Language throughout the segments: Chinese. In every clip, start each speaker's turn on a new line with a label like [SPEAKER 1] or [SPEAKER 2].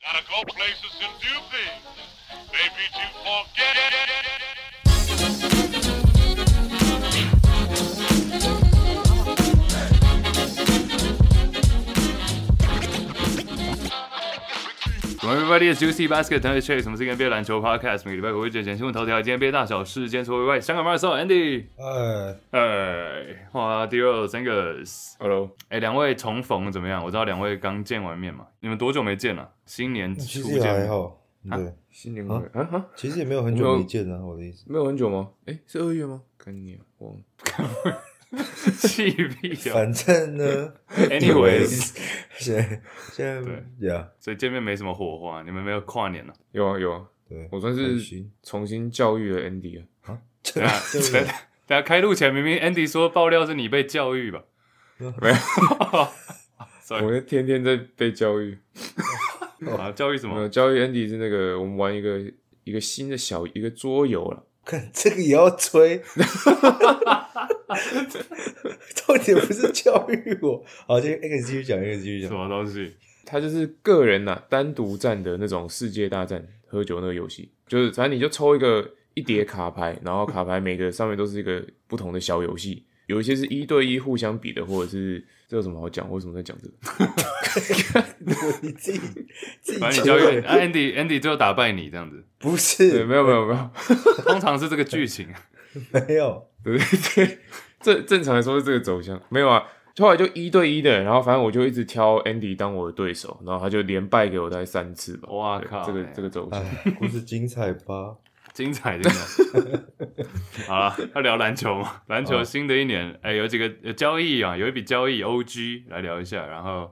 [SPEAKER 1] Gotta go places and do things. Maybe to forget.
[SPEAKER 2] Hello everybody, it's Juicy Basket. Tonight is Chase. 我们是一个 NBA 篮球 podcast，每个礼拜五会卷前新闻头条、今天 NBA 大小事、今天所谓外香港 m a r c e Andy。
[SPEAKER 3] 呃，
[SPEAKER 2] 哎，哇，第二三个，
[SPEAKER 4] Hello，
[SPEAKER 2] 哎，两位重逢怎么样？我知道两位刚见完面嘛，你们多久没见了？新年
[SPEAKER 3] 其
[SPEAKER 2] 初
[SPEAKER 3] 实也还
[SPEAKER 2] 见，
[SPEAKER 3] 好，
[SPEAKER 2] 啊
[SPEAKER 3] 对，
[SPEAKER 4] 新年快乐！啊哈，
[SPEAKER 3] 其实也没有很久没见啊，我的 意思。
[SPEAKER 4] 没有很久吗？哎，是二月吗？看你忘了。
[SPEAKER 2] 气屁啊
[SPEAKER 3] 反正呢
[SPEAKER 2] ！Anyways，
[SPEAKER 3] 现在现在
[SPEAKER 2] 对
[SPEAKER 3] 呀，
[SPEAKER 2] 所以见面没什么火花，你们没有跨年了、
[SPEAKER 4] 有啊有啊，
[SPEAKER 3] 对，
[SPEAKER 4] 我算
[SPEAKER 3] 很
[SPEAKER 4] 是
[SPEAKER 3] 新
[SPEAKER 4] 重新教育了 Andy 了。
[SPEAKER 2] 对啊？
[SPEAKER 3] 对
[SPEAKER 2] 等
[SPEAKER 3] 不对
[SPEAKER 2] 下等下开录前明明 Andy 说爆料是你被教育吧？
[SPEAKER 4] 没有，
[SPEAKER 2] Sorry
[SPEAKER 4] 我是天天在被教育。
[SPEAKER 3] 哦
[SPEAKER 2] 啊，教育什
[SPEAKER 4] 没有
[SPEAKER 2] 么？
[SPEAKER 4] 教育 Andy 是那个我们玩一个一个新的小一个桌游了。
[SPEAKER 3] 看这个也要吹， 重点不是教育我，好，就那个哎继续讲，那个继续
[SPEAKER 2] 什
[SPEAKER 3] 讲，
[SPEAKER 2] 么东西？
[SPEAKER 4] 它就是个人呐、单独战的那种世界大战喝酒那个游戏，就是反正你就抽一个一叠卡牌，然后卡牌每个上面都是一个不同的小游戏，有一些是一对一互相比的，或者是这有什么好讲？为什么在讲这个？
[SPEAKER 3] 你自己自己
[SPEAKER 2] 反正你教
[SPEAKER 3] 讲
[SPEAKER 2] 育、啊、Andy Andy 最后打败你这样子，
[SPEAKER 3] 不
[SPEAKER 4] 对，
[SPEAKER 3] 是
[SPEAKER 4] 没有没有没有，
[SPEAKER 2] 通常是这个剧情。
[SPEAKER 3] 没有，
[SPEAKER 4] 对对对，正正常来说是这个走向，没有啊。后来就一对一的，然后反正我就一直挑 Andy 当我的对手，然后他就连败给我大概三次吧。
[SPEAKER 2] 哇
[SPEAKER 4] 对
[SPEAKER 2] 靠
[SPEAKER 4] 这个
[SPEAKER 2] 哎
[SPEAKER 4] 这个走向，
[SPEAKER 3] 哎，故事精彩吧？
[SPEAKER 2] 精彩，精彩。 好了，要聊篮球嘛？篮球新的一年，哎、有几个有交易啊，有一笔交易 OG 来聊一下，然后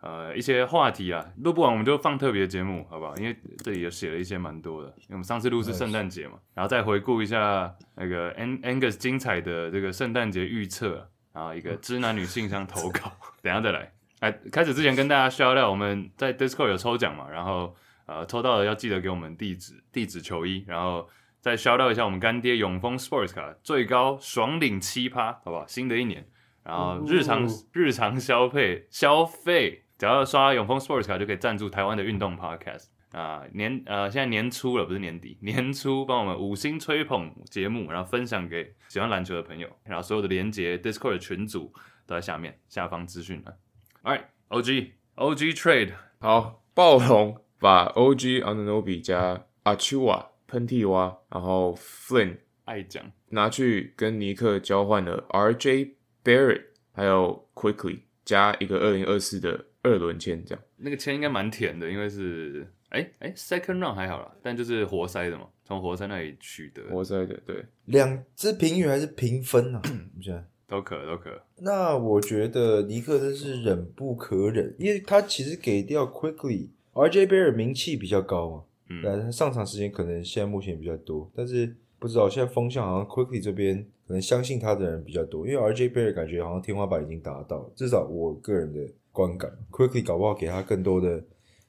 [SPEAKER 2] 呃一些话题啊，录不完我们就放特别节目，好不好？因为这里有写了一些蛮多的，因为我们上次录是圣诞节嘛，然后再回顾一下那个 An Angus 精彩的这个圣诞节预测，啊然后一个知男女信箱投稿， 等一下再来。哎，开始之前跟大家 shout out，我们在 Discord 有抽奖嘛，然后呃抽到的要记得给我们地址地址球衣，然后再 shout out 一下我们干爹永丰 Sports 卡，最高爽领七趴，好不好？新的一年，然后日常、日常消费消费，只要刷永丰 Sports 卡就可以赞助台湾的运动 podcast。啊、年呃，现在年初了，不是年底，年初帮我们五星吹捧节目，然后分享给喜欢篮球的朋友，然后所有的连接 Discord 的群组都在下面下方资讯栏。Alright, OG, OG trade，
[SPEAKER 4] 好，暴龙把 OG Anunobi 加 Achua 喷嚏蛙，然后 Flynn
[SPEAKER 2] 爱讲
[SPEAKER 4] 拿去跟尼克交换了 RJ Barrett 还有 Quickly 加一个二零二四的二轮签，这样。
[SPEAKER 2] 那个签应该蛮甜的，因为是哎哎、second round 还好啦，但就是活塞的嘛，从活塞那里取得，
[SPEAKER 4] 活塞的对，
[SPEAKER 3] 两只评语还是评分啊？我现在。
[SPEAKER 2] 都可都可，
[SPEAKER 3] 那我觉得尼克真是忍不可忍，因为他其实给掉 quickly。RJ 贝尔名气比较高啊嘛，
[SPEAKER 2] 嗯，
[SPEAKER 3] 但他上场时间可能现在目前比较多，但是不知道现在风向好像 quickly 这边可能相信他的人比较多，因为 RJ 贝尔感觉好像天花板已经达到了，至少我个人的观感，quickly 搞不好给他更多的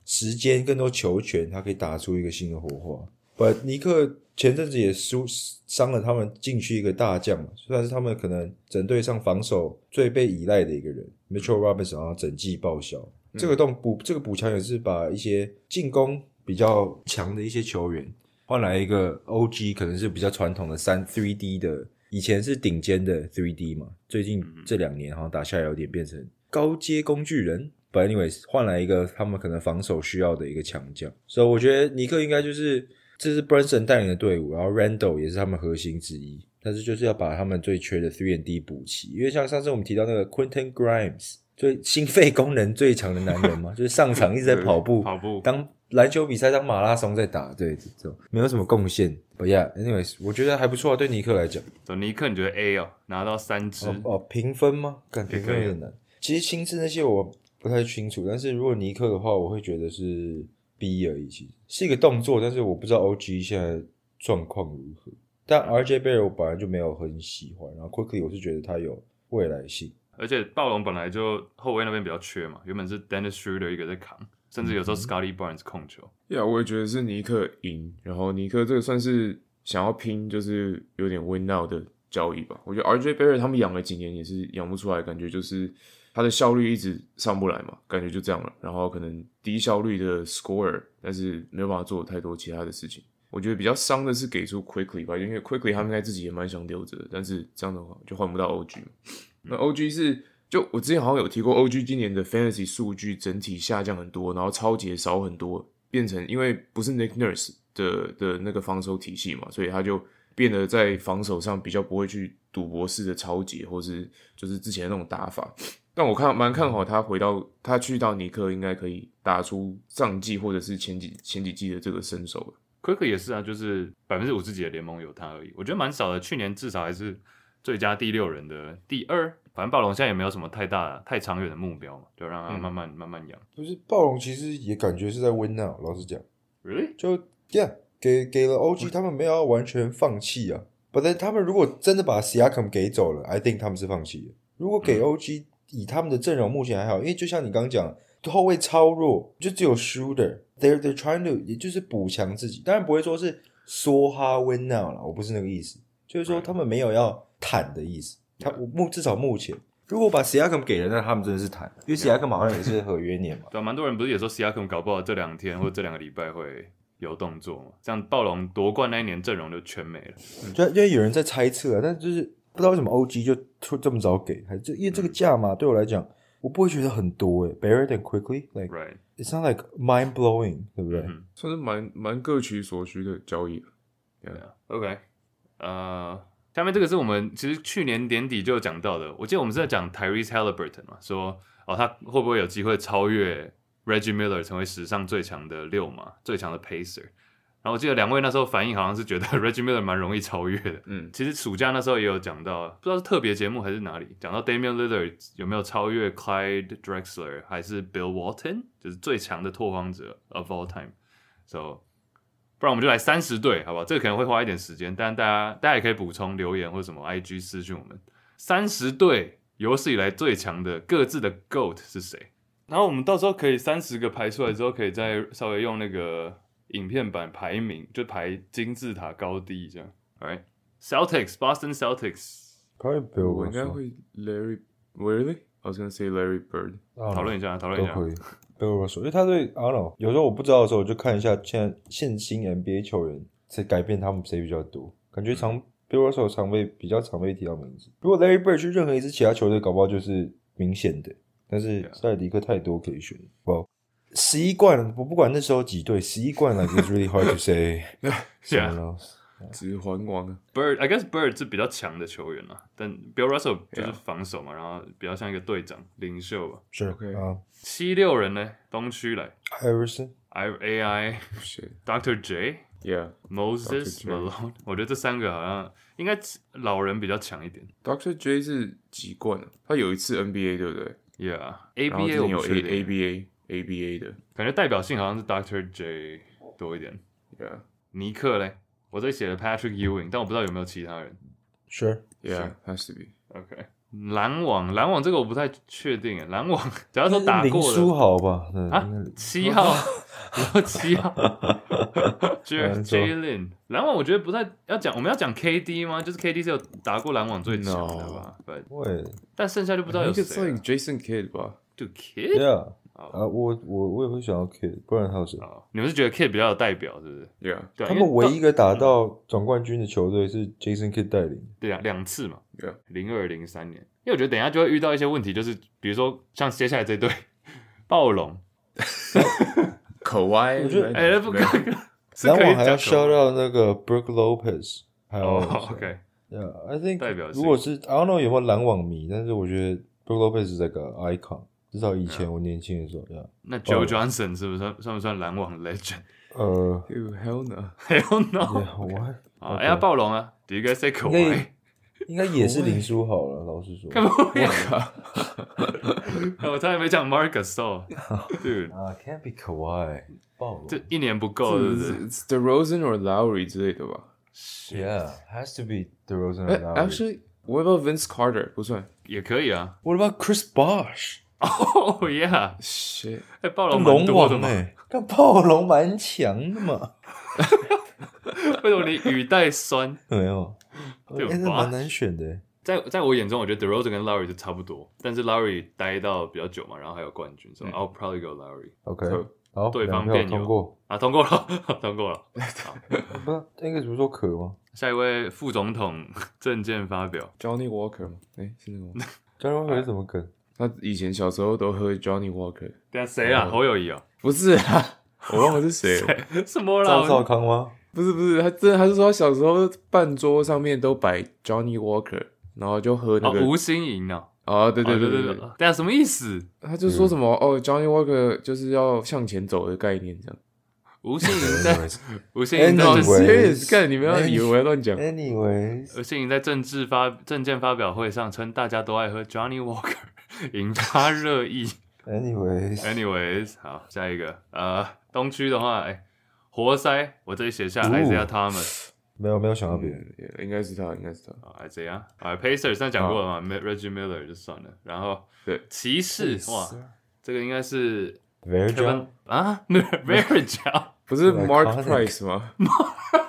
[SPEAKER 3] 时间、更多球权，他可以打出一个新的火花。不，尼克前阵子也输伤了他们禁区一个大将嘛，算是他们可能整队上防守最被依赖的一个人。Mitchell Robinson 然后整季报销，这个动补这个补强也是把一些进攻比较强的一些球员换来一个 OG，可能是比较传统的三 three D 的，以前是顶尖的 three D 嘛，最近这两年好像打下来有点变成高阶工具人。But anyways，换来一个他们可能防守需要的一个强将，所、以我觉得尼克应该就是这是 Brunson 带领的队伍，然后 Randall 也是他们核心之一，但是就是要把他们最缺的 three and D 补齐，因为像上次我们提到那个 Quentin Grimes，最心肺功能最强的男人嘛，就是上场一直在 跑步，
[SPEAKER 2] 跑步
[SPEAKER 3] 当篮球比赛当马拉松在打，对，这种没有什么贡献。But yeah，anyways，我觉得还不错啊，对尼克来讲。
[SPEAKER 2] 走尼克你觉得 A 哦，拿到三支，
[SPEAKER 3] 哦哦，评分吗？感
[SPEAKER 2] 也
[SPEAKER 3] 评
[SPEAKER 2] 可
[SPEAKER 3] 分
[SPEAKER 2] 以
[SPEAKER 3] 有点难。其实薪资那些我不太清楚，但是如果尼克的话，我会觉得是 B 而已。其实是一个动作，但是我不知道 OG 现在状况如何。但 RJ 贝尔我本来就没有很喜欢，然后 Quickly 我是觉得他有未来性。
[SPEAKER 2] 而且暴龙本来就后卫那边比较缺嘛，原本是 Dennis Schroeder 一个在扛，甚至有时
[SPEAKER 3] 嗯
[SPEAKER 2] 候 Scotty Barnes 控球，
[SPEAKER 4] 呀、我也觉得是尼克赢，然后尼克这个算是想要拼，就是有点 win now 的交易吧。我觉得 RJ Barrett 他们养了几年也是养不出来，感觉就是他的效率一直上不来嘛，感觉就这样了。然后可能低效率的 scorer，但是没有办法做太多其他的事情。我觉得比较伤的是给出 quickly 吧，因为 quickly 他们应该自己也蛮想留着的，但是这样的话就换不到 OG 嘛。那 OG 是就我之前好像有提过，OG 今年的 fantasy 数据整体下降很多，然后超级也少很多，变成因为不是 Nick Nurse 的的那个防守体系嘛，所以他就变得在防守上比较不会去赌博式的超级，或是就是之前那种打法。但我看蛮看好他回到他去到尼克，应该可以打出上季或者是前几前几季的这个身手了。
[SPEAKER 2] Quick 也是啊，就是百分之五十几的联盟有他而已，我觉得蛮少的。去年至少还是最佳第六人的第二，反正暴龙现在也没有什么太大、太长远的目标嘛，就让他
[SPEAKER 4] 嗯
[SPEAKER 2] 慢慢、慢慢养。
[SPEAKER 3] 不是暴龙其实也感觉是在 win now，老实讲，
[SPEAKER 2] Really？
[SPEAKER 3] 就 yeah 给给了 OG，他们没有要完全放弃啊。本来他们如果真的把 Siakam 给走了，I think 他们是放弃的。如果给
[SPEAKER 2] 嗯
[SPEAKER 3] OG，、以他们的阵容目前还好，因为就像你刚刚讲，后卫超弱，就只有 Shooter，they're they're trying to 也就是补强自己，当然不会说是梭哈 win now 啦，我不是那个意思，就是说
[SPEAKER 2] Right.
[SPEAKER 3] 他们没有要坦的意思。他我目至少目前，如果把 Siakam 给了，那他们真的是坦，因为 Siakam 好像也是合约年嘛。
[SPEAKER 2] 对啊，蛮多人不是也说 Siakam 搞不好这两天或这两个礼拜会有动作嘛？这样暴龙夺冠那一年阵容就全没了。
[SPEAKER 3] 就因为有人在猜测啊，但就是不知道为什么 OG 就突这么早给，还就因为这个价码对我来讲，我不会觉得很多诶、b e r r y than quickly，like
[SPEAKER 2] Right？
[SPEAKER 3] it's not like mind blowing，对不对？
[SPEAKER 2] 嗯
[SPEAKER 4] 算是蛮蛮各取所需的交易了。对
[SPEAKER 2] 对啊，OK，呃，下面这个是我们其实去年年底就有讲到的，我记得我们是在讲 Tyrese Halliburton 嘛，说哦他会不会有机会超越 Reggie Miller 成为史上最强的六嘛，最强的 Pacer。然后我记得两位那时候反应好像是觉得 Reggie Miller 蛮容易超越的。
[SPEAKER 4] 嗯，
[SPEAKER 2] 其实暑假那时候也有讲到，不知道是特别节目还是哪里，讲到 Damian Lillard 有没有超越 Clyde Drexler 还是 Bill Walton，就是最强的拓荒者 of all time。So，不然我们就来三十队，好不好？这个可能会花一点时间，但大家大家也可以补充留言或者什么 IG 私讯我们。三十队有史以来最强的各自的 GOAT 是谁？然后我们到时候可以三十个排出来之后，可以再稍微用那个影片版排名，就排金字塔高低这样。All right。Celtics, Boston Celtics，
[SPEAKER 3] probably
[SPEAKER 4] 我应该
[SPEAKER 3] Bill
[SPEAKER 4] 会 Larry Really？I was gonna say Larry Bird。
[SPEAKER 3] Russell，
[SPEAKER 2] 讨论一下，讨论
[SPEAKER 3] 都
[SPEAKER 2] 一下。
[SPEAKER 3] 可以。Bill Russell，因为他对 I don't know，有时候我不知道的时候，我就看一下现在现今 NBA 球员谁改变他们谁比较多，感觉
[SPEAKER 2] 嗯
[SPEAKER 3] 常 Bill Russell 常被比较常被提到名字。如果 Larry Bird 去任何一支其他球队，搞不好就是明显的。但是
[SPEAKER 2] Yeah
[SPEAKER 3] 塞迪克太多可以选，不，十一冠我不管那时候几队，十一冠 like it's really hard to say someone else。
[SPEAKER 4] 指环王啊，
[SPEAKER 2] Bird，I guess Bird 是比较强的球员啦，但 Bill Russell 就是防守嘛，然后比较像一个队长、领袖吧。
[SPEAKER 3] 是
[SPEAKER 4] OK
[SPEAKER 3] 啊
[SPEAKER 2] 七六人呢，东区来
[SPEAKER 3] ，Iverson
[SPEAKER 2] ，I A I、
[SPEAKER 4] Oh, shit
[SPEAKER 2] Doctor J、
[SPEAKER 4] yeah
[SPEAKER 2] Moses
[SPEAKER 4] Dr. J
[SPEAKER 2] Malone，我觉得这三个好像应该老人比较强一点。
[SPEAKER 4] Doctor J 是几冠啊？他有一次 NBA 对不对
[SPEAKER 2] Yeah，A
[SPEAKER 4] 然后
[SPEAKER 2] B A
[SPEAKER 4] 之前
[SPEAKER 2] 我
[SPEAKER 4] 有
[SPEAKER 2] 不确定
[SPEAKER 4] A A B A A B A 的
[SPEAKER 2] 感觉代表性好像是 Doctor J 多一点。
[SPEAKER 4] ，yeah
[SPEAKER 2] 尼克嘞，我这里写了 Patrick Ewing，但我不知道有没有其他人。
[SPEAKER 3] sure
[SPEAKER 4] yeah has to be
[SPEAKER 2] OK，篮网，篮网这个我不太确定耶。篮网， 假如说打
[SPEAKER 3] 林
[SPEAKER 2] 过
[SPEAKER 3] 书
[SPEAKER 2] 了
[SPEAKER 3] 豪吧？嗯
[SPEAKER 2] 啊
[SPEAKER 3] 应该林，
[SPEAKER 2] 七号， 然后七 号
[SPEAKER 3] 没
[SPEAKER 2] ，J
[SPEAKER 3] 错
[SPEAKER 2] Jalen，篮网我觉得不太要讲，我们要讲 KD 吗？就是 KD 是有打过篮网最强的吧？But-
[SPEAKER 3] 喂
[SPEAKER 2] 但剩下就不知道有
[SPEAKER 4] I think it's
[SPEAKER 2] 谁
[SPEAKER 4] like
[SPEAKER 2] 了。
[SPEAKER 4] Jason Kidd 吧
[SPEAKER 2] To Kid，
[SPEAKER 3] ，Yeah
[SPEAKER 2] 哦
[SPEAKER 3] 啊，我我我也会想要 Kid，不然还有谁？
[SPEAKER 2] 哦你们是觉得 Kid 比较有代表，是不是？
[SPEAKER 4] ，yeah
[SPEAKER 2] 对啊，
[SPEAKER 3] 他
[SPEAKER 2] 因为
[SPEAKER 3] 们唯
[SPEAKER 2] 到
[SPEAKER 3] 一一个打到总冠军的球队是 Jason Kidd 带领。
[SPEAKER 2] 对啊两次嘛，
[SPEAKER 4] yeah
[SPEAKER 2] 零二零三年，因为我觉得等一下就会遇到一些问题，就是比如说像接下来这队 暴龙，
[SPEAKER 4] 口歪，
[SPEAKER 3] 我觉得
[SPEAKER 2] 哎，不可
[SPEAKER 4] 没有
[SPEAKER 2] 是
[SPEAKER 3] 篮
[SPEAKER 2] 可以
[SPEAKER 3] 网还要
[SPEAKER 2] 讲
[SPEAKER 3] shout
[SPEAKER 2] 的
[SPEAKER 3] out 那个 Brook Lopez，还有
[SPEAKER 2] 哦，OK。
[SPEAKER 3] Yeah，I think
[SPEAKER 2] 代表性
[SPEAKER 3] 如果是 I don't know 有没有篮网迷，但是我觉得 Brook Lopez 是这个 icon，至少以
[SPEAKER 2] 嗯
[SPEAKER 3] 前我年轻的时候，Yeah，
[SPEAKER 2] 那 Joe
[SPEAKER 3] 哦
[SPEAKER 2] Johnson 是不是算算不算篮网 legend？
[SPEAKER 3] 呃
[SPEAKER 4] Ew, hell no
[SPEAKER 2] Hell no！
[SPEAKER 3] ，Yeah，我
[SPEAKER 2] 啊哎呀，暴龙啊，第一个 say 可
[SPEAKER 3] 应该
[SPEAKER 2] 爱，
[SPEAKER 3] 应该也是林书豪了，老实说。
[SPEAKER 2] 干嘛不要？哎 我差点没讲 Marcus o d u
[SPEAKER 3] 啊，Can't be Kawhi，爆了
[SPEAKER 2] 这一年不够，对不对
[SPEAKER 4] It's the Rosen or Lowry 之类的吧
[SPEAKER 3] ，Yeah，has to be the Rosen。
[SPEAKER 4] 哎，actually Eh, what about Vince Carter 不算
[SPEAKER 2] 也可以啊。
[SPEAKER 3] what about Chris Bosh？
[SPEAKER 2] 哦 yeah，
[SPEAKER 4] shit
[SPEAKER 2] 哎，暴龙蛮
[SPEAKER 3] 龙
[SPEAKER 2] 多的
[SPEAKER 3] 王
[SPEAKER 2] 嘛？
[SPEAKER 3] 哎，干暴龙蛮强的嘛。
[SPEAKER 2] 为什么你语带酸？
[SPEAKER 3] 没有，
[SPEAKER 2] 有
[SPEAKER 3] 哎、欸，这
[SPEAKER 2] 吧
[SPEAKER 3] 蛮难选的。
[SPEAKER 2] 在在我眼中，我觉得 DeRozan 跟 Lowry 就差不多，但是 Lowry 待到比较久嘛，然后还有冠军，所以
[SPEAKER 4] 嗯
[SPEAKER 2] I'll probably go Lowry。
[SPEAKER 3] OK，
[SPEAKER 4] 对
[SPEAKER 3] 好，
[SPEAKER 2] 对
[SPEAKER 3] 两
[SPEAKER 2] 方
[SPEAKER 3] 票
[SPEAKER 2] 辩友
[SPEAKER 3] 通过。
[SPEAKER 2] 啊，通过了， 通过了。好
[SPEAKER 3] 不是，那个不是说可吗
[SPEAKER 2] 下一位副总统 证件发表，
[SPEAKER 4] Johnny Walker Eh, 吗？哎、是那个吗？
[SPEAKER 3] ？John Walker
[SPEAKER 2] 哎
[SPEAKER 3] 是什么梗？
[SPEAKER 4] 他以前小时候都喝 Johnny Walker，
[SPEAKER 2] 等下谁啊？
[SPEAKER 4] 哦
[SPEAKER 2] 侯友谊啊？
[SPEAKER 4] 不是啊，我忘了是谁了。
[SPEAKER 2] 谁？ 什么
[SPEAKER 3] 赵少
[SPEAKER 2] 啦？哦
[SPEAKER 3] 康吗？
[SPEAKER 4] 不是不是，他真的他是说他小时候办桌上面都摆 Johnny Walker，然后就喝那
[SPEAKER 2] 哦，
[SPEAKER 4] 个
[SPEAKER 2] 吴心莹啊？
[SPEAKER 4] 啊、对
[SPEAKER 2] 哦
[SPEAKER 4] 对
[SPEAKER 2] 对
[SPEAKER 4] 对对对，
[SPEAKER 2] 对，等下什么意思？
[SPEAKER 4] 他就说什么、哦 Johnny Walker 就是要向前走的概念这样。
[SPEAKER 2] 吴心莹 在吴心莹
[SPEAKER 3] Anyway
[SPEAKER 2] 在
[SPEAKER 4] 哦
[SPEAKER 2] 政
[SPEAKER 3] 喂
[SPEAKER 4] serious，干你们要
[SPEAKER 3] Anyway
[SPEAKER 4] 以为我要乱
[SPEAKER 3] 哎
[SPEAKER 4] 讲？
[SPEAKER 3] Anyways，
[SPEAKER 2] 吴欣颖在政治发政见发表会上称大家都爱喝 Johnny Walker，引 发热议。
[SPEAKER 3] Anyways，
[SPEAKER 2] Anyways，好，下一个，呃，东区的话，哎、活塞，我这里写下
[SPEAKER 3] 哦
[SPEAKER 2] Isaiah Thomas，
[SPEAKER 3] 没有没有想到别人。
[SPEAKER 4] 嗯，应该是他，应该是他。
[SPEAKER 2] 啊，Isaiah，啊，Pacers 上讲过了嘛、r e g g i e Miller 就算了，然后
[SPEAKER 4] 对
[SPEAKER 2] 骑士，哇，这个应该是
[SPEAKER 3] ，Very
[SPEAKER 2] Kevin
[SPEAKER 3] John，
[SPEAKER 2] 啊 v e r y j o
[SPEAKER 4] 不是
[SPEAKER 3] Iconic
[SPEAKER 4] Mark Price 吗？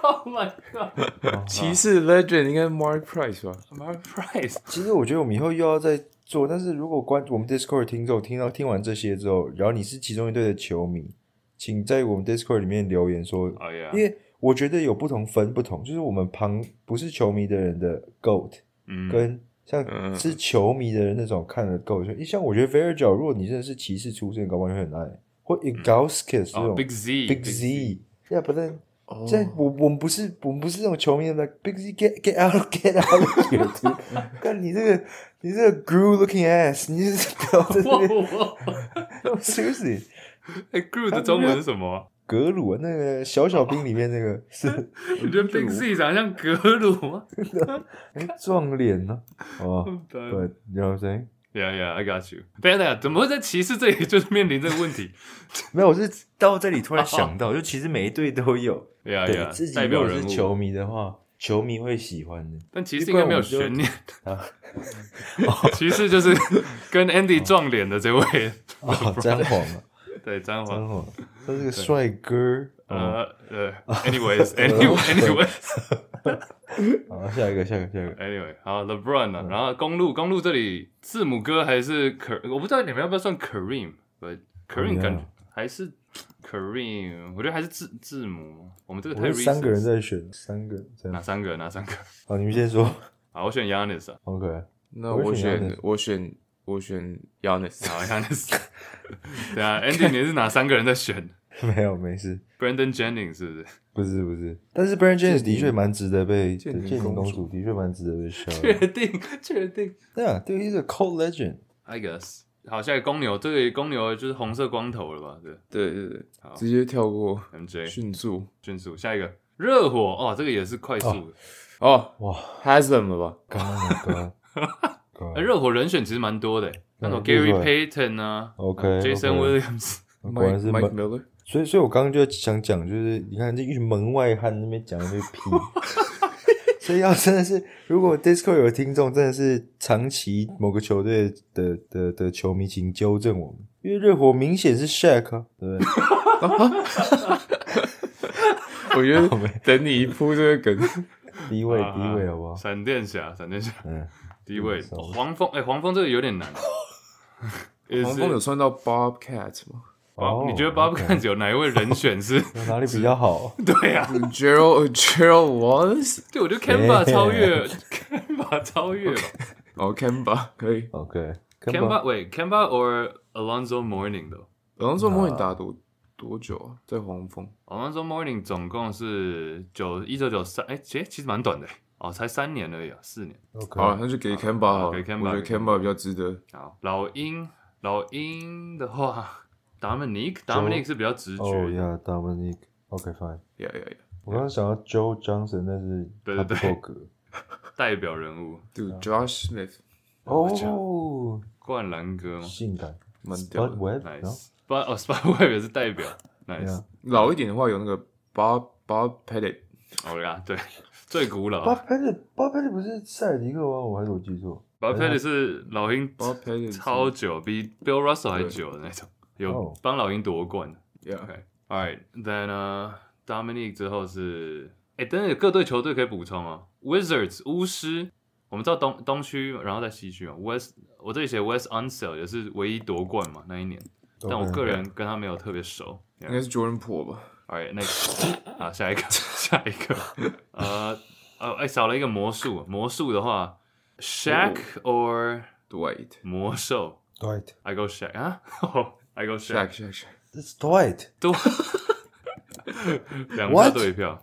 [SPEAKER 2] Oh my God，Mark
[SPEAKER 3] Oh,
[SPEAKER 4] 骑士 Legend 应该 Mark Price 吧？
[SPEAKER 2] Price，
[SPEAKER 3] 其实我觉得我们以后又要再做，但是如果关我们 Discord 听众听到听完这些之后，然后你是其中一队的球迷，请在我们 Discord 里面留言说，
[SPEAKER 2] 哦耶，
[SPEAKER 3] 因为我觉得有不同分不同，就是我们旁不是球迷的人的 GOAT
[SPEAKER 2] 嗯，
[SPEAKER 3] 跟像
[SPEAKER 4] 嗯
[SPEAKER 3] 是球迷的人那种看了 GOAT，就像我觉得 Virgil，如果你真的是骑士出身，搞不好你会很爱，或 i g a u s k i s 这
[SPEAKER 2] 哦
[SPEAKER 3] 种
[SPEAKER 2] ，Big Z，Big
[SPEAKER 3] Big Z。要不然，
[SPEAKER 4] 哦
[SPEAKER 3] 现在我我们不是我们不是那种球迷，like Big Z get get out get out of here，dude 干你这个你这个 grew looking ass，你就是不要在
[SPEAKER 2] 哇
[SPEAKER 3] 那边
[SPEAKER 2] 哇，
[SPEAKER 3] No, seriously，
[SPEAKER 2] 哎，Groot 的中文是什么啊？
[SPEAKER 3] 格鲁啊那个小小兵里面那个是
[SPEAKER 2] 你觉得 Big Z 长得像格鲁啊吗
[SPEAKER 3] 哎撞脸呢，哦， 对，你知道我 saying？
[SPEAKER 2] Yeah, yeah, I got you. 等一下，等一下，怎么会在骑士这里就是面临这个问 题
[SPEAKER 3] 没有，我是到这里突然想到，就其实每一队都有，
[SPEAKER 2] ？Yeah,
[SPEAKER 3] 对自
[SPEAKER 2] yeah，
[SPEAKER 3] 己
[SPEAKER 2] 哎代
[SPEAKER 3] 如
[SPEAKER 2] 表
[SPEAKER 3] 果
[SPEAKER 2] 人
[SPEAKER 3] 是
[SPEAKER 2] 物。
[SPEAKER 3] 球迷的话，球迷会喜欢 的。
[SPEAKER 2] 但骑士应该没有
[SPEAKER 3] 一般我
[SPEAKER 2] 悬
[SPEAKER 3] 们
[SPEAKER 2] 念
[SPEAKER 3] 啊。
[SPEAKER 2] 骑士就是 跟 Andy 撞脸的这位，
[SPEAKER 3] 哦， 詹皇啊，
[SPEAKER 2] 对，詹
[SPEAKER 3] 詹
[SPEAKER 2] 皇。
[SPEAKER 3] 皇，他是个帅哥。哦，
[SPEAKER 2] 呃 呃，anyways, anyway, anyways,
[SPEAKER 3] 好，下一个，下一个，下一个。
[SPEAKER 2] anyway，好，LeBron 啊，然后公路公路这里字母哥还是 K，我不知道你们要不要算 Kareem，不
[SPEAKER 3] 一
[SPEAKER 2] ，Kareem
[SPEAKER 3] 样
[SPEAKER 2] 感觉还是 Kareem，我觉得还是字字母嘛，我们这个
[SPEAKER 3] 我
[SPEAKER 2] 太
[SPEAKER 3] 们
[SPEAKER 2] racist 啊
[SPEAKER 3] 三个人在选，三个这
[SPEAKER 2] 哪
[SPEAKER 3] 样。
[SPEAKER 2] 三个？哪三个？
[SPEAKER 3] 好，你们先说。
[SPEAKER 2] 好，我选 Yanis 啊。
[SPEAKER 3] OK，
[SPEAKER 4] 那
[SPEAKER 3] 我
[SPEAKER 4] 我
[SPEAKER 3] 选
[SPEAKER 4] 选
[SPEAKER 3] Giannis
[SPEAKER 4] 我选我选 Yanis。
[SPEAKER 2] 好，Yanis。对啊，Andy，你是哪三个人在选
[SPEAKER 3] 没有，没事，
[SPEAKER 2] ？Brandon Jennings 是不是？
[SPEAKER 3] 不是不是。但是 Brian James 的确蛮值得被
[SPEAKER 4] 建
[SPEAKER 3] 对
[SPEAKER 4] 宁
[SPEAKER 3] 建宁
[SPEAKER 4] 公
[SPEAKER 3] 公
[SPEAKER 4] 主
[SPEAKER 3] 主的确蛮值得被 s
[SPEAKER 2] 确定，确定。
[SPEAKER 3] 对啊，对，he's a cold legend。
[SPEAKER 2] I guess。好，下一个公牛，这个公牛就是红色光头了吧？对
[SPEAKER 4] 对对对
[SPEAKER 2] 好，
[SPEAKER 4] 直接跳过，
[SPEAKER 2] ，MJ
[SPEAKER 4] 迅速
[SPEAKER 2] 迅速。下一个热火，哦，这个也是快速的。
[SPEAKER 4] 哦
[SPEAKER 3] 哇
[SPEAKER 4] ，Haslam 了吧？
[SPEAKER 3] 刚 刚
[SPEAKER 2] 哎
[SPEAKER 3] God，
[SPEAKER 2] 热火人选其实蛮多的，欸那种
[SPEAKER 3] 对
[SPEAKER 2] Gary
[SPEAKER 3] 热火
[SPEAKER 2] Payton 啊
[SPEAKER 3] OK，
[SPEAKER 2] 呃 Jason
[SPEAKER 3] OK
[SPEAKER 2] Williams，
[SPEAKER 3] 果然
[SPEAKER 4] Mike
[SPEAKER 3] 是
[SPEAKER 4] Mike
[SPEAKER 3] 门，
[SPEAKER 4] Miller，
[SPEAKER 3] 所以所以我刚刚就想讲，就是你看这一群门外汉那边讲一堆屁。 所以要真的是，如果 Discord 有听众真的是长期某个球队的的的的球迷，请纠正我们，因为热火明显是 Shaq 啊，对不对？
[SPEAKER 4] 我觉得等你一铺这个梗，
[SPEAKER 3] 第一位，
[SPEAKER 2] 啊
[SPEAKER 3] 第一位好不好？
[SPEAKER 2] 闪电侠，闪电侠，
[SPEAKER 3] 嗯，
[SPEAKER 2] 第一位
[SPEAKER 3] 嗯，sorry
[SPEAKER 2] 黄蜂，哎，黄蜂这个有点难。
[SPEAKER 4] 黄蜂有算到 Bobcat 吗
[SPEAKER 2] 包，
[SPEAKER 3] 哦
[SPEAKER 2] 你觉得 Bob
[SPEAKER 3] OK
[SPEAKER 2] k a n 有哪一位人选是？
[SPEAKER 3] 有哪里比较好？
[SPEAKER 2] 对呀，
[SPEAKER 4] ？Gerald uh, Gerald Wallace，
[SPEAKER 2] 对，我觉得
[SPEAKER 3] 哎
[SPEAKER 2] Canva 超越 Canva 超 越吧。
[SPEAKER 4] 哦，Kemba 可以。
[SPEAKER 3] OK，
[SPEAKER 2] Kemba wait Kemba or Alonzo Mourning 的哦
[SPEAKER 4] 然后说莫你打多多久啊？在黄蜂
[SPEAKER 2] Alonzo Mourning 总共是九一九九三，哎，其实其实蛮短的欸哦，才三年而已啊，四年。
[SPEAKER 4] 好啊，
[SPEAKER 2] 哦
[SPEAKER 3] OK，
[SPEAKER 4] 那就给 Kemba 好了。
[SPEAKER 2] 给
[SPEAKER 4] 我
[SPEAKER 2] Kemba，
[SPEAKER 4] 觉得
[SPEAKER 2] 给
[SPEAKER 4] Kemba 比较值得。
[SPEAKER 2] 好，老鹰老鹰的话，Dominic Dominic 是比较直
[SPEAKER 3] 哦
[SPEAKER 2] 觉的，
[SPEAKER 3] 呀，Dominic，OK，fine。
[SPEAKER 4] 呀呀呀
[SPEAKER 3] 我刚刚想到 Joe Johnson，但是
[SPEAKER 2] 对
[SPEAKER 3] 他
[SPEAKER 2] 对
[SPEAKER 3] 不够格。
[SPEAKER 2] 代表人物，
[SPEAKER 4] ，Do Josh Smith
[SPEAKER 3] 哦，
[SPEAKER 2] 灌篮哥嘛
[SPEAKER 3] 性感
[SPEAKER 4] 蛮屌
[SPEAKER 3] ，But
[SPEAKER 4] 的。
[SPEAKER 3] Web，然后
[SPEAKER 2] ，nice。Spot 哦，Spot Web 也是代表，nice
[SPEAKER 3] Yeah。
[SPEAKER 4] 老一点的话有那个 Bob Bob Pettit，
[SPEAKER 2] 哦呀，对， 最古老
[SPEAKER 3] Bob Pettit，Bob Pettit 不是塞尔迪克吗？我还是我记错？
[SPEAKER 2] ，Bob Pettit 是老鹰
[SPEAKER 3] 哦
[SPEAKER 4] Bob Pettit 是
[SPEAKER 2] 超久，比 Bill Russell 还久的那种，有
[SPEAKER 3] 哦
[SPEAKER 2] 帮老鹰夺冠的。
[SPEAKER 4] 呀，
[SPEAKER 2] Okay. All right. Then uh, Dominic 之后是，哎、等等，有各队球队可以补充哦。Wizards 巫师，我们知道东东区，然后在西区嘛。West，我这里写 West Unsell 也是唯一夺冠嘛那一年，但我个人跟他没有特别熟。
[SPEAKER 4] 应该是 Jordan Po 吧？
[SPEAKER 2] Alright，那个啊，下一个， 下一个，呃哦，哎，少了一个魔术，魔术的话，Shaq or
[SPEAKER 4] Dwight
[SPEAKER 2] 魔兽
[SPEAKER 3] Dwight
[SPEAKER 2] ，I go Shaq 啊 ，I go
[SPEAKER 4] Shaq
[SPEAKER 2] Shaq，
[SPEAKER 4] Shaq Shaq
[SPEAKER 3] It's Dwight
[SPEAKER 2] 多两票
[SPEAKER 3] What？
[SPEAKER 2] 对票。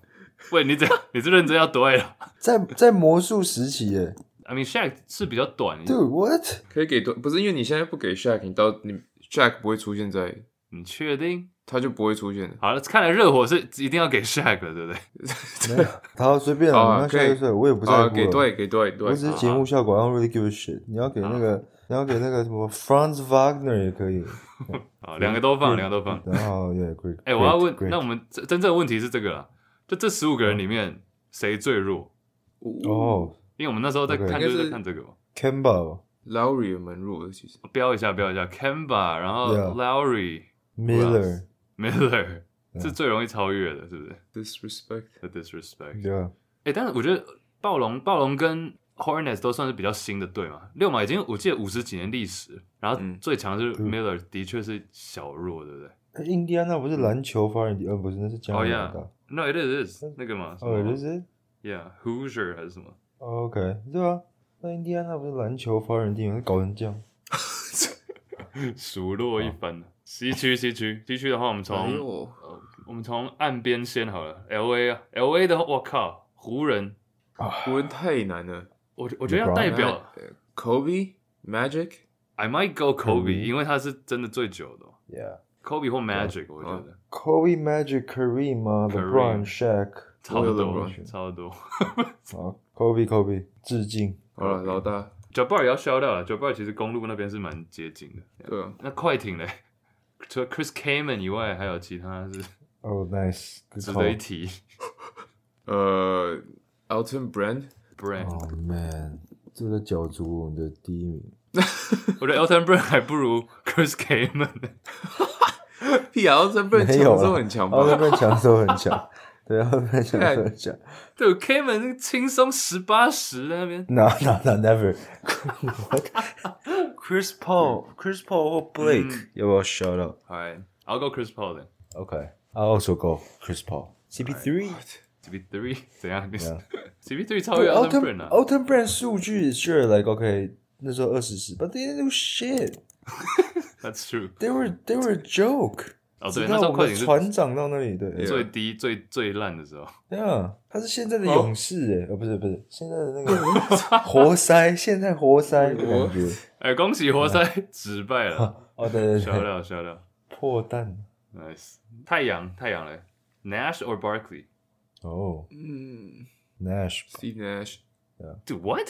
[SPEAKER 2] 喂，你这你这认真要对了。
[SPEAKER 3] 在在魔术时期耶
[SPEAKER 2] I mean Shaq 是比较短，
[SPEAKER 3] ，Dude what？
[SPEAKER 4] 可以给多，不是因为你现在不给 Shaq，你到你 Shaq 不会出现在，
[SPEAKER 2] 你确定？
[SPEAKER 4] 他就不会 出现了。
[SPEAKER 2] 好了，看来热火是一定要给 Shaq 了，对不对？
[SPEAKER 3] 没有，好随便
[SPEAKER 2] 哦
[SPEAKER 4] 好
[SPEAKER 3] 啊，
[SPEAKER 4] 啊
[SPEAKER 3] 你要
[SPEAKER 4] 可以
[SPEAKER 3] 下一岁，我也不在
[SPEAKER 4] 啊，
[SPEAKER 3] 乎
[SPEAKER 4] 给
[SPEAKER 3] 了。
[SPEAKER 4] Dwight 给 Dwight
[SPEAKER 3] 我只是
[SPEAKER 4] Dwight，
[SPEAKER 3] 节目效果，I don't really give a shit。你要给那个，你要给那个什么 Franz Wagner 也可以，
[SPEAKER 2] 啊，两个都放，两个都放。
[SPEAKER 3] 然后也可以。
[SPEAKER 2] 哎、我要问
[SPEAKER 3] great，great
[SPEAKER 2] 那我们真真正的问题是这个啦，就这十五个人里面谁最弱？
[SPEAKER 3] 哦
[SPEAKER 2] 因为我们那时候在
[SPEAKER 3] OK
[SPEAKER 2] 看，
[SPEAKER 4] 应
[SPEAKER 2] 就
[SPEAKER 4] 该
[SPEAKER 2] 是是在看这个嘛。
[SPEAKER 3] ，Kemba、哦
[SPEAKER 4] ，Lowry 也蛮弱的，其实。
[SPEAKER 2] 标一下，标一下，Kemba，然后
[SPEAKER 3] Yeah
[SPEAKER 2] Lowry、
[SPEAKER 3] Miller，
[SPEAKER 2] Miller
[SPEAKER 3] Yeah
[SPEAKER 2] 是最容易超越的，是不是
[SPEAKER 4] Disrespect，
[SPEAKER 2] ？The disrespect。
[SPEAKER 3] 对啊吧？
[SPEAKER 2] 哎、但是我觉得暴龙、暴龙跟 Hornets 都算是比较新的队嘛，六马已经我记得五十几年历史，然后
[SPEAKER 4] 嗯
[SPEAKER 2] 最强的是
[SPEAKER 3] 嗯
[SPEAKER 2] Miller，的确是小弱，对不对？
[SPEAKER 3] 哎印第安纳不是篮球发源地，呃，不是，那是加
[SPEAKER 2] 哦
[SPEAKER 3] 拿
[SPEAKER 2] 呀
[SPEAKER 3] 大。
[SPEAKER 2] No, it is, it is 那个嘛，什
[SPEAKER 3] 哦，就
[SPEAKER 2] 么
[SPEAKER 3] 是
[SPEAKER 2] Yeah Hoosier 还是什么？
[SPEAKER 3] OK，对啊。那印第安纳不是篮球发源地吗？搞成这样，
[SPEAKER 2] 数落一番。西区，西区，西区的话，我们
[SPEAKER 4] 哎
[SPEAKER 2] 从
[SPEAKER 4] 呦，
[SPEAKER 2] 呃，我们从岸边先好了。L A 啊，L A 的话，我靠，湖人，
[SPEAKER 4] 湖人太难了。
[SPEAKER 2] 我我觉得要代表
[SPEAKER 4] 呃 Kobe Magic，
[SPEAKER 2] 哎 I might go Kobe，
[SPEAKER 3] Kobe 啊
[SPEAKER 2] 因为他是真的最久的哦。
[SPEAKER 3] Yeah。
[SPEAKER 2] Kobe 或 Magic，我觉得
[SPEAKER 3] 哦 Kobe、Magic、Kareem 啊
[SPEAKER 2] Kareem
[SPEAKER 3] ，LeBron、Shaq，
[SPEAKER 2] 超多
[SPEAKER 4] LeBron
[SPEAKER 2] 超多。
[SPEAKER 3] 好，Kobe、Kobe，致敬。
[SPEAKER 4] 好了，老大，
[SPEAKER 2] Jabbar 也要 shout out 了，Jabbar 其实公路那边是蛮接近的。
[SPEAKER 4] 对啊，
[SPEAKER 2] 那快艇嘞，除了 Chris Kaman 以外，还有其他是
[SPEAKER 3] 哦，nice，good
[SPEAKER 2] 值得一
[SPEAKER 3] call。
[SPEAKER 2] 提。
[SPEAKER 4] 呃，Elton Brand，
[SPEAKER 2] Brand，
[SPEAKER 3] Oh man，这个角逐我们的第一名。
[SPEAKER 2] 我觉得 Elton Brand 还不如 Chris Kaman。
[SPEAKER 4] 屁啊，Elton Brand
[SPEAKER 3] 没有啦
[SPEAKER 4] 强的时候很强
[SPEAKER 3] 奥特
[SPEAKER 4] 吧？
[SPEAKER 3] 曼强的时候很强，对，奥特曼强的时候很强。
[SPEAKER 2] 对，Kaman 轻松十八十在那边。
[SPEAKER 3] No, no, no, never. Chris Paul, Chris Paul 或 Blake、
[SPEAKER 2] 嗯
[SPEAKER 3] 要不要 shout out?
[SPEAKER 2] Alright, I'll go Chris Paul then.
[SPEAKER 3] OK, I'll also go Chris Paul. CP3.
[SPEAKER 2] CP three 怎样
[SPEAKER 3] Yeah
[SPEAKER 2] ？CP three 超越 Elton Brand
[SPEAKER 3] Alton
[SPEAKER 2] 啊
[SPEAKER 3] Alton Brand 数据 sure like OK 那时候二十四，but they didn't do shit.
[SPEAKER 2] ？That's true.
[SPEAKER 3] They were they were a joke.
[SPEAKER 2] 哦，
[SPEAKER 3] 直
[SPEAKER 2] 对，那
[SPEAKER 3] 到
[SPEAKER 2] 时
[SPEAKER 3] 我
[SPEAKER 2] 候快
[SPEAKER 3] 们
[SPEAKER 2] 艇是
[SPEAKER 3] 船长到那里，对，
[SPEAKER 2] 最低、最最烂的时候。
[SPEAKER 3] 对啊，他是现在
[SPEAKER 2] 哦
[SPEAKER 3] 的勇士哎，呃，不是不是，现在的 那个活塞，现在活塞的感觉。
[SPEAKER 2] 哎，恭喜活塞 止败 了，
[SPEAKER 3] 哦，对对
[SPEAKER 2] 小
[SPEAKER 3] 对，
[SPEAKER 2] 料小料
[SPEAKER 3] 破蛋。
[SPEAKER 2] ，nice。太阳太阳嘞，Nash or Barkley？Do
[SPEAKER 3] 哦
[SPEAKER 4] 嗯
[SPEAKER 3] ，Nash
[SPEAKER 4] ，Steve Nash，
[SPEAKER 2] what？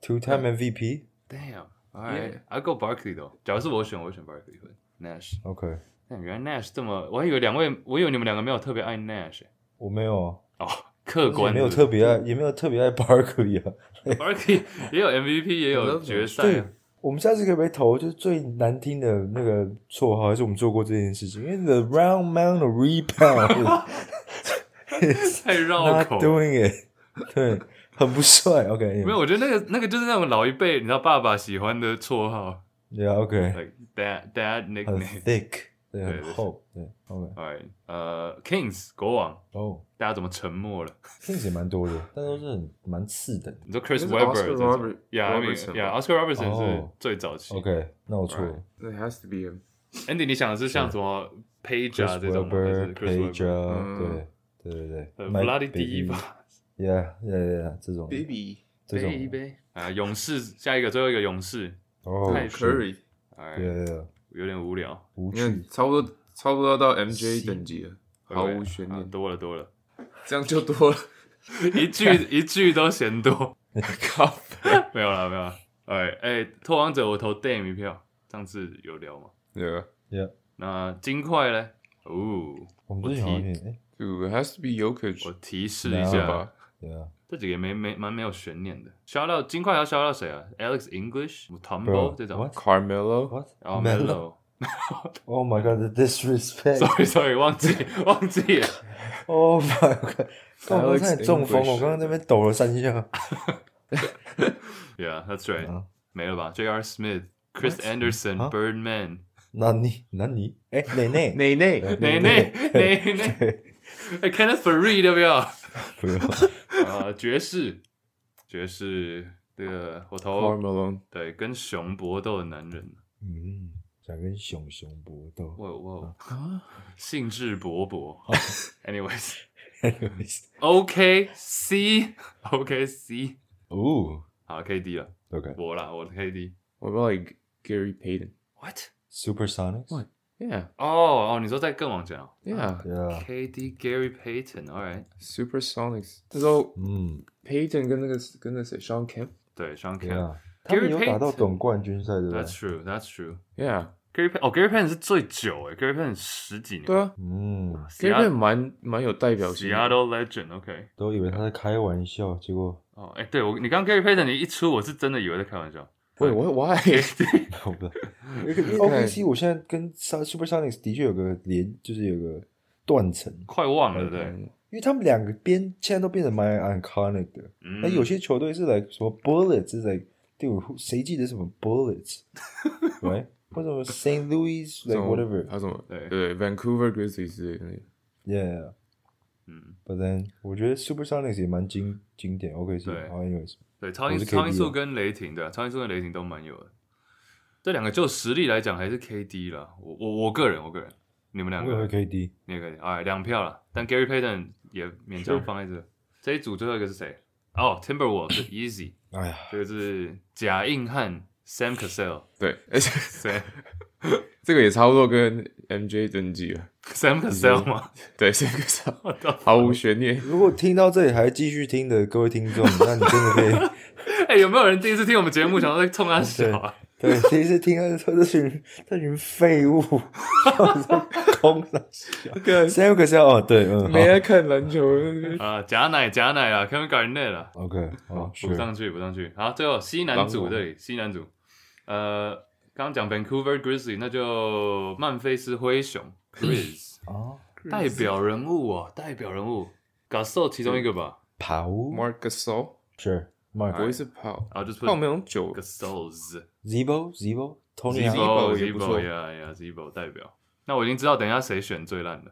[SPEAKER 3] two time MVP。
[SPEAKER 2] Damn. Alright, I'll go Barkley 的。假如是我选，我会选 Barkley 会 Nash。
[SPEAKER 3] OK，
[SPEAKER 2] 但原来 Nash 这么，我还以为两位，我以为你们两个没有特别爱 Nash 欸。
[SPEAKER 3] 我没有啊，
[SPEAKER 2] 哦，客
[SPEAKER 3] 也
[SPEAKER 2] 观
[SPEAKER 3] 没有特别爱，也没有特别爱 Barkley 啊。
[SPEAKER 2] Barkley 也有 MVP，也有
[SPEAKER 4] Love
[SPEAKER 2] 决赛
[SPEAKER 3] 对
[SPEAKER 2] 啊。，
[SPEAKER 3] 我们下次可不可以投就是最难听的那个绰号？还是我们做过这件事情？因为 the round mound of rebound is
[SPEAKER 2] 太绕
[SPEAKER 3] not
[SPEAKER 2] 口了。
[SPEAKER 3] doing it，对， 很不帅。OK，
[SPEAKER 2] 没有，我觉得那个那个就是那种老一辈，你知道爸爸喜欢的绰号
[SPEAKER 3] ，Yeah OK，
[SPEAKER 2] ，like dad dad
[SPEAKER 3] 很
[SPEAKER 2] nickname。
[SPEAKER 3] thick，对，
[SPEAKER 2] 对
[SPEAKER 3] 很
[SPEAKER 2] 对
[SPEAKER 3] 厚，对，OK，
[SPEAKER 2] Alright，呃，Kings 国王，
[SPEAKER 3] 哦。
[SPEAKER 2] 大家怎么沉默了？
[SPEAKER 3] 这也蛮多的，但都是很蛮次等的。
[SPEAKER 2] 你说 Chris
[SPEAKER 4] 应该是
[SPEAKER 2] Webber
[SPEAKER 4] Oscar
[SPEAKER 2] 这种
[SPEAKER 4] Robert-
[SPEAKER 2] ，Yeah，I mean,
[SPEAKER 4] Robertson
[SPEAKER 2] yeah,
[SPEAKER 4] 吧
[SPEAKER 2] Oscar Robertson 是
[SPEAKER 3] 哦
[SPEAKER 2] 最早期。
[SPEAKER 3] OK，那我错了。
[SPEAKER 4] 那 has to be him。
[SPEAKER 2] Andy，你想的是像什么 Page 啊
[SPEAKER 3] Chris
[SPEAKER 2] 这种吗？还是
[SPEAKER 3] Webber、
[SPEAKER 2] Chris Webber？
[SPEAKER 3] Page，对
[SPEAKER 4] 嗯
[SPEAKER 3] 对对对
[SPEAKER 2] 呃
[SPEAKER 3] ，Mike
[SPEAKER 2] ，Vladi 第一
[SPEAKER 3] Bibby
[SPEAKER 2] 吧
[SPEAKER 3] ，Yeah Yeah Yeah，这种
[SPEAKER 4] Baby
[SPEAKER 3] 这种
[SPEAKER 2] 杯啊，勇士下一个最后一个勇士
[SPEAKER 3] 哦
[SPEAKER 2] 太
[SPEAKER 3] 是
[SPEAKER 4] Curry，
[SPEAKER 2] ，Alright，
[SPEAKER 3] 对对对，
[SPEAKER 2] 有点无聊，
[SPEAKER 3] 无
[SPEAKER 4] 你看
[SPEAKER 3] 趣。
[SPEAKER 4] 差不多差不多要到 MJ
[SPEAKER 3] C
[SPEAKER 4] 等级了，毫无悬
[SPEAKER 2] 啊
[SPEAKER 4] 念，
[SPEAKER 2] 多了多了，
[SPEAKER 4] 这样就多了。
[SPEAKER 2] 一句一句都嫌多。
[SPEAKER 4] 靠，
[SPEAKER 2] 没有了，没有了。哎哎，拓王者我投 Dame 一票，上次有聊嘛？
[SPEAKER 4] 对吧？
[SPEAKER 3] Yeah，
[SPEAKER 2] 那金块嘞？哦，
[SPEAKER 3] 我们之前好像也哎
[SPEAKER 4] 就 has to be
[SPEAKER 2] 我
[SPEAKER 4] Jokic
[SPEAKER 2] 提示一
[SPEAKER 3] 没有
[SPEAKER 2] 下
[SPEAKER 4] 吧，
[SPEAKER 3] ，Yeah，
[SPEAKER 2] 这几个也没没蛮没有悬念的。消到金块要消到谁啊？Alex English、Mutombo
[SPEAKER 3] Bro，
[SPEAKER 2] 这种
[SPEAKER 3] what？
[SPEAKER 4] Carmelo，
[SPEAKER 3] What？
[SPEAKER 2] 然后
[SPEAKER 3] Melo
[SPEAKER 2] Melo，sorry
[SPEAKER 3] Oh my God，the disrespect！
[SPEAKER 2] sorry 忘记忘记了
[SPEAKER 3] Oh my God！干我 어,
[SPEAKER 4] Alex
[SPEAKER 3] 差点中风，
[SPEAKER 4] English
[SPEAKER 3] 我刚刚在那边抖了三下。
[SPEAKER 2] Yeah, that's right.
[SPEAKER 3] 啊
[SPEAKER 2] 没了吧？J.R. Smith、Chris Anderson、
[SPEAKER 3] 啊
[SPEAKER 2] Birdman、
[SPEAKER 3] 那你那你哎奶奶
[SPEAKER 2] 네.
[SPEAKER 4] 内内
[SPEAKER 2] 奶奶奶
[SPEAKER 3] 네.
[SPEAKER 2] 奶， 哎，Kenneth Faree 要不要？
[SPEAKER 3] 不要
[SPEAKER 2] 啊，爵士，爵士，这个我
[SPEAKER 4] c a r
[SPEAKER 2] 投
[SPEAKER 4] Malone，
[SPEAKER 2] 对跟熊搏斗的男人，
[SPEAKER 3] 嗯，想跟熊熊搏 斗。
[SPEAKER 2] 哇哇，
[SPEAKER 4] 啊
[SPEAKER 2] 兴致勃勃。Anyways。
[SPEAKER 3] Anyways，
[SPEAKER 2] OKC OKC，
[SPEAKER 3] 哦
[SPEAKER 2] 好 KD 了，
[SPEAKER 3] ，OK，Supersonics，
[SPEAKER 2] 我啦，我的 KD。
[SPEAKER 4] 我不知道 Gary Payton。
[SPEAKER 2] What？
[SPEAKER 4] What？Yeah,
[SPEAKER 2] 哦哦，你说再更往前哦
[SPEAKER 4] yeah,
[SPEAKER 3] Yeah，
[SPEAKER 2] ，KD Gary Payton，All right，
[SPEAKER 4] Supersonics。这时候
[SPEAKER 3] 嗯
[SPEAKER 4] Payton 跟那个跟那谁 Sean Kemp，Yeah，
[SPEAKER 2] 对，Sean Kemp。
[SPEAKER 3] ，Yeah，他们有打到
[SPEAKER 2] Payton
[SPEAKER 3] 总冠军赛对吧
[SPEAKER 2] That's？true, that's true. Gary Payton 哦，Gary Payton 是最久诶，Gary Payton 十几年。
[SPEAKER 4] 对啊
[SPEAKER 3] 嗯，
[SPEAKER 4] ，Gary Payton
[SPEAKER 2] Seattle
[SPEAKER 4] 蛮蛮有代表性的。
[SPEAKER 2] Seattle Legend, OK。
[SPEAKER 3] 都以为他在开玩笑，结果
[SPEAKER 2] 哦，哎，对我，你刚 Gary Payton 你一出，我是真的以为在开玩笑。
[SPEAKER 4] 喂，我 Why？
[SPEAKER 3] 我不知道。OKC 我现在跟 Sun- Supersonics 的确有个连，就是有个断层，
[SPEAKER 2] 快忘了，对。
[SPEAKER 3] 因为他们两个边现在都变得蛮 iconic 的。
[SPEAKER 2] 嗯
[SPEAKER 3] 那有些球队是来什么 Bullets 是来，对我谁记得什么 Bullets？喂，或者什么 St. Louis
[SPEAKER 4] 这
[SPEAKER 3] like
[SPEAKER 4] 种还
[SPEAKER 3] whatever？Yeah，but
[SPEAKER 4] 有什么？
[SPEAKER 2] 对
[SPEAKER 4] 对，Vancouver Uh, Grizzlies Uh, 之类的那个。
[SPEAKER 2] 嗯，
[SPEAKER 3] then 我觉得 Supersonics 也蛮经经典。OKC
[SPEAKER 2] 对
[SPEAKER 3] 啊，anyways，
[SPEAKER 2] 对，超音
[SPEAKER 3] 我是 KD
[SPEAKER 2] 超音速
[SPEAKER 3] 啊
[SPEAKER 2] 跟雷霆对啊，超音速跟雷霆都蛮有的。这两个就实力来讲，还是 KD 了。我我我个人，我个人，你们两
[SPEAKER 3] 我也会
[SPEAKER 2] 个，
[SPEAKER 3] KD。
[SPEAKER 2] 你也可以，哎，两票了。但 Gary Payton 也勉强放在这。这一组最后一个是谁？哦，Timberwolves 是 Easy，
[SPEAKER 3] 哎呀，
[SPEAKER 2] 这个是假硬汉 Sam Cassell，
[SPEAKER 4] 对，而且
[SPEAKER 2] 谁
[SPEAKER 4] 这个也差不多跟 MJ 等级了。
[SPEAKER 2] Sam Cassell 吗？
[SPEAKER 4] 对，这个是
[SPEAKER 2] 我操！
[SPEAKER 4] 毫无悬念。
[SPEAKER 3] 如果听到这里还继续听的各位听众，那你真的可以。
[SPEAKER 2] 哎，有没有人第一次听我们节目，想要在冲他笑啊？
[SPEAKER 3] 对，第一次听到说这群这群废物，空了。Sam 可是要哦，对，嗯，
[SPEAKER 4] 没在看篮球，
[SPEAKER 2] 啊，假奶假奶啊，Kevin Garnett 啊。
[SPEAKER 3] 好，OK，好，哦
[SPEAKER 2] 补上去，补上去。好，最后西南
[SPEAKER 4] 狼
[SPEAKER 2] 组
[SPEAKER 4] 王
[SPEAKER 2] 这里，西南组，呃，刚刚讲 Vancouver Grizzly，那就曼菲斯灰熊 Grizz
[SPEAKER 3] 啊，
[SPEAKER 2] 代表人物哦，代表人物 g a s o 其中一个吧。
[SPEAKER 3] 跑
[SPEAKER 4] Marc Gasol
[SPEAKER 3] 是
[SPEAKER 4] 不
[SPEAKER 3] Mark
[SPEAKER 4] 会是 Paul，
[SPEAKER 2] 啊，就是
[SPEAKER 4] 泡没有九
[SPEAKER 2] g a s o s
[SPEAKER 3] Zibo Zibo
[SPEAKER 2] z i
[SPEAKER 3] Tony
[SPEAKER 2] b
[SPEAKER 3] Allen
[SPEAKER 2] o
[SPEAKER 4] Zebo
[SPEAKER 2] z i
[SPEAKER 4] 也
[SPEAKER 2] b
[SPEAKER 4] 不
[SPEAKER 2] o
[SPEAKER 4] 错
[SPEAKER 2] 呀呀 z i b o 代表。那我已经知道，等一下谁选最烂的。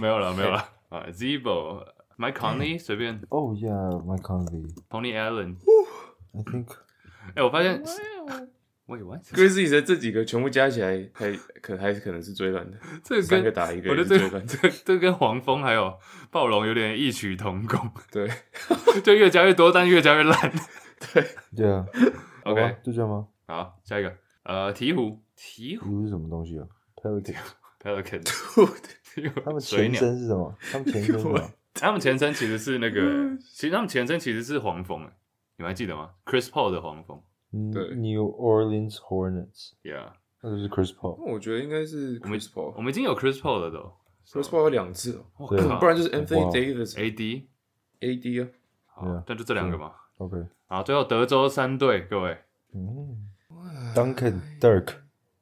[SPEAKER 2] 没有了，没有了啊 z i b o Mike Conley 随便
[SPEAKER 3] Oh yeah, Mike Conley.
[SPEAKER 2] Tony Allen。
[SPEAKER 3] I think
[SPEAKER 2] 哎，我发现，Wait what？
[SPEAKER 4] Grizzlies 的这几个全部加起来，还可还是可能是最烂的，
[SPEAKER 2] 这个
[SPEAKER 4] 三
[SPEAKER 2] 跟
[SPEAKER 4] 个打一个
[SPEAKER 2] 我觉
[SPEAKER 4] 也
[SPEAKER 2] 得这
[SPEAKER 4] 是最
[SPEAKER 2] 个
[SPEAKER 4] 烂的。
[SPEAKER 2] 这个这个跟 黄蜂还有暴龙有点异曲同工，
[SPEAKER 4] 对，
[SPEAKER 2] 就越加越多，但越加越烂。
[SPEAKER 3] 对啊好
[SPEAKER 2] OK，
[SPEAKER 3] 吧就这样吗？
[SPEAKER 2] 好，下一个，呃，鹈鹕，鹈鹕
[SPEAKER 3] 鹈是什么东西啊？Pelican，
[SPEAKER 2] Pelican，鹈鹕
[SPEAKER 3] 他们
[SPEAKER 2] 水
[SPEAKER 3] 前
[SPEAKER 2] 鸟，
[SPEAKER 3] 身是什么？他们前身是什 么？
[SPEAKER 2] 他们前身其实是那个，其实他们前身其实是黄蜂，哎，你们还记得吗？Chris Paul 的黄蜂
[SPEAKER 3] 嗯
[SPEAKER 4] 对
[SPEAKER 3] ，New Orleans Hornets，
[SPEAKER 2] ，Yeah，
[SPEAKER 3] 那就是 Chris Paul。
[SPEAKER 4] 那我觉得应该是
[SPEAKER 2] 我们
[SPEAKER 4] Chris
[SPEAKER 2] 我
[SPEAKER 4] Paul，Chris
[SPEAKER 2] 们已经有 Chris Paul 了都
[SPEAKER 4] Paul 有两次哦，
[SPEAKER 2] 我
[SPEAKER 3] 对
[SPEAKER 2] 靠
[SPEAKER 4] 不然就是
[SPEAKER 3] 哇
[SPEAKER 4] Anthony Davis
[SPEAKER 2] AD，
[SPEAKER 4] AD 啊，
[SPEAKER 2] 好
[SPEAKER 3] 对啊，
[SPEAKER 2] 那就这两个嘛。
[SPEAKER 3] OK，
[SPEAKER 2] 好，最后德州三队，各位
[SPEAKER 3] 嗯，Duncan
[SPEAKER 4] 哎
[SPEAKER 3] Dirk。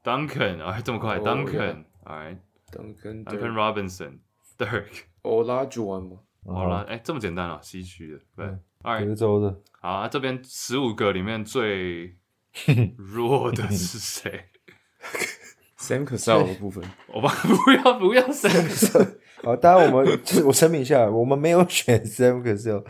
[SPEAKER 2] ，Duncan，啊，哎这么快
[SPEAKER 4] 哦
[SPEAKER 2] ，Duncan，All
[SPEAKER 4] Duncan
[SPEAKER 2] right，Duncan
[SPEAKER 4] Dirk
[SPEAKER 2] Robinson，Dirk。
[SPEAKER 4] Olajuwon 吗？
[SPEAKER 2] 好了，哎、这么简单啊，西区的，对
[SPEAKER 3] 哦嗯，
[SPEAKER 2] 二、
[SPEAKER 3] 德州的
[SPEAKER 2] 好，啊、这边十五个里面最弱的是谁？
[SPEAKER 4] Sam Cassell 的部 分，
[SPEAKER 2] 我吧，不要不要谁？
[SPEAKER 3] 好，当然我们 就是我声明一下，我们没有选 Sam 可是有，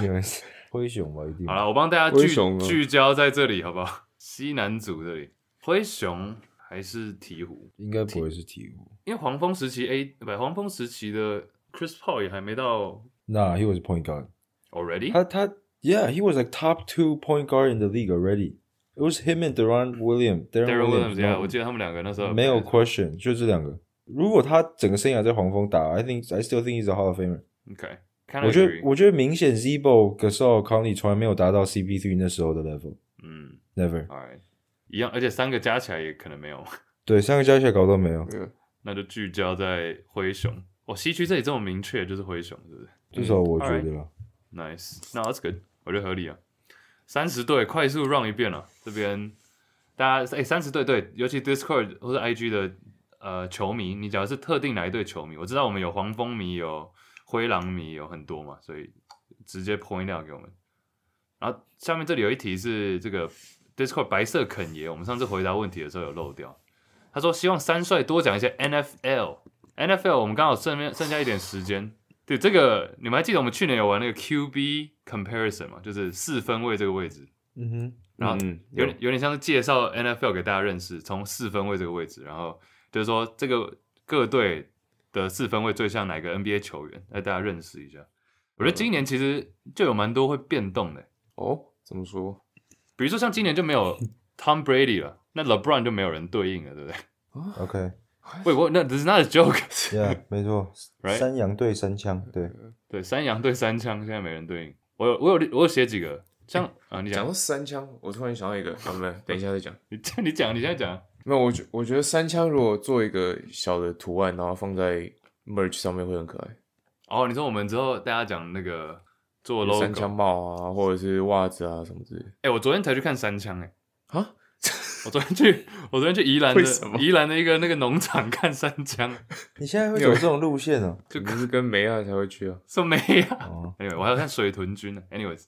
[SPEAKER 3] 你们是 灰熊吧？一定
[SPEAKER 2] 哎好了，我帮大家
[SPEAKER 4] 灰
[SPEAKER 2] 聚
[SPEAKER 4] 熊啊
[SPEAKER 2] 聚焦在这里，好不好？西南组这里，灰熊还是鹈鹕？
[SPEAKER 3] 应该不会是鹈鹕。
[SPEAKER 2] 因为黄蜂时期 A 不黄蜂时期的 Chris Paul 也还没到
[SPEAKER 3] 那 he was a point guard，
[SPEAKER 2] already，
[SPEAKER 3] 他他 yeah he was like top two point guard in the league already. It was him and Deron Williams.
[SPEAKER 2] Darren Williams yeah，我记得
[SPEAKER 3] 得
[SPEAKER 2] 他们两个那时候
[SPEAKER 3] 没有 question，就这两个。如果他整个生涯在黄蜂打，I think I still think he's a Hall of Famer。
[SPEAKER 2] OK，看
[SPEAKER 3] 我觉得我觉得明显 Zebo、Gasol、Conley 从来没有达到 CP3 那时候的 level，never。
[SPEAKER 2] 嗯，Alright，一样，而且三个加起来也可能没有。
[SPEAKER 3] 对，三个加起来搞到没有，
[SPEAKER 4] 对
[SPEAKER 2] 那就聚焦在灰熊。哦，西区这里这么明确，就是灰熊，是不是
[SPEAKER 3] 至少我觉
[SPEAKER 2] 嗯 alright
[SPEAKER 3] 得啦。
[SPEAKER 2] ？Nice，那 that's good，我觉得合理啊。三十队快速 run 一遍了、啊这边大家哎，三十队对，尤其 Discord 或者 IG 的呃球迷，你只要是特定哪一队球迷，我知道我们有黄蜂迷，有灰狼迷，有很多嘛，所以直接 point out 给我们。然后下面这里有一题是这个 Discord 白色肯爷，我们上次回答问题的时候有漏掉。他说希望三帅多讲一些 NFL。NFL 我们刚好剩面剩下一点时间。对这个，你们还记得我们去年有玩那个 QB comparison 吗？就是四分位这个位置，
[SPEAKER 3] 嗯哼，
[SPEAKER 2] 然后
[SPEAKER 4] 嗯
[SPEAKER 2] 有点有点像是介绍 NFL 给大家认识，从四分位这个位置，然后就是说这个各队的四分位最像哪个 NBA 球员，让大家认识一下。我觉得今年其实就有蛮多会变动的，
[SPEAKER 4] 哦，怎么说
[SPEAKER 2] 比如说像今年就没 有 Tom Brady 了，那 LeBron 就没有人对应了，对不 对？
[SPEAKER 3] ，OK，Yeah，
[SPEAKER 2] 喂，我那 this is not a joke。
[SPEAKER 3] 没错
[SPEAKER 2] Right 呃
[SPEAKER 3] 三羊对三枪，对，
[SPEAKER 2] 对，山羊对三枪，现在没人对应。我有我有我有写几个，像啊，你
[SPEAKER 4] 讲
[SPEAKER 2] 讲
[SPEAKER 4] 到三枪，我突然想到一个，啊，没有，等一下 再讲。
[SPEAKER 2] 你你讲你现在讲，
[SPEAKER 4] 那我觉我觉得三枪如果做一个小的图案，然后放在 merge 上面会很可爱，
[SPEAKER 2] 哦，你说我们之后大家讲那个做
[SPEAKER 4] 有三
[SPEAKER 2] logo
[SPEAKER 4] 枪。帽啊，或者是袜子啊什么之类的。
[SPEAKER 2] 哎、我昨天才去看三枪哎、
[SPEAKER 4] 啊，
[SPEAKER 2] 我昨天去，我昨天去宜兰的
[SPEAKER 4] 为什么
[SPEAKER 2] 宜兰的一个那个农场看三枪，
[SPEAKER 3] 你现在会走这种路线 哦，
[SPEAKER 4] 就可是跟梅亚才会去啊。
[SPEAKER 2] 说没呀、
[SPEAKER 3] 哦，
[SPEAKER 2] Anyway，我还要看水豚君呢。Anyways，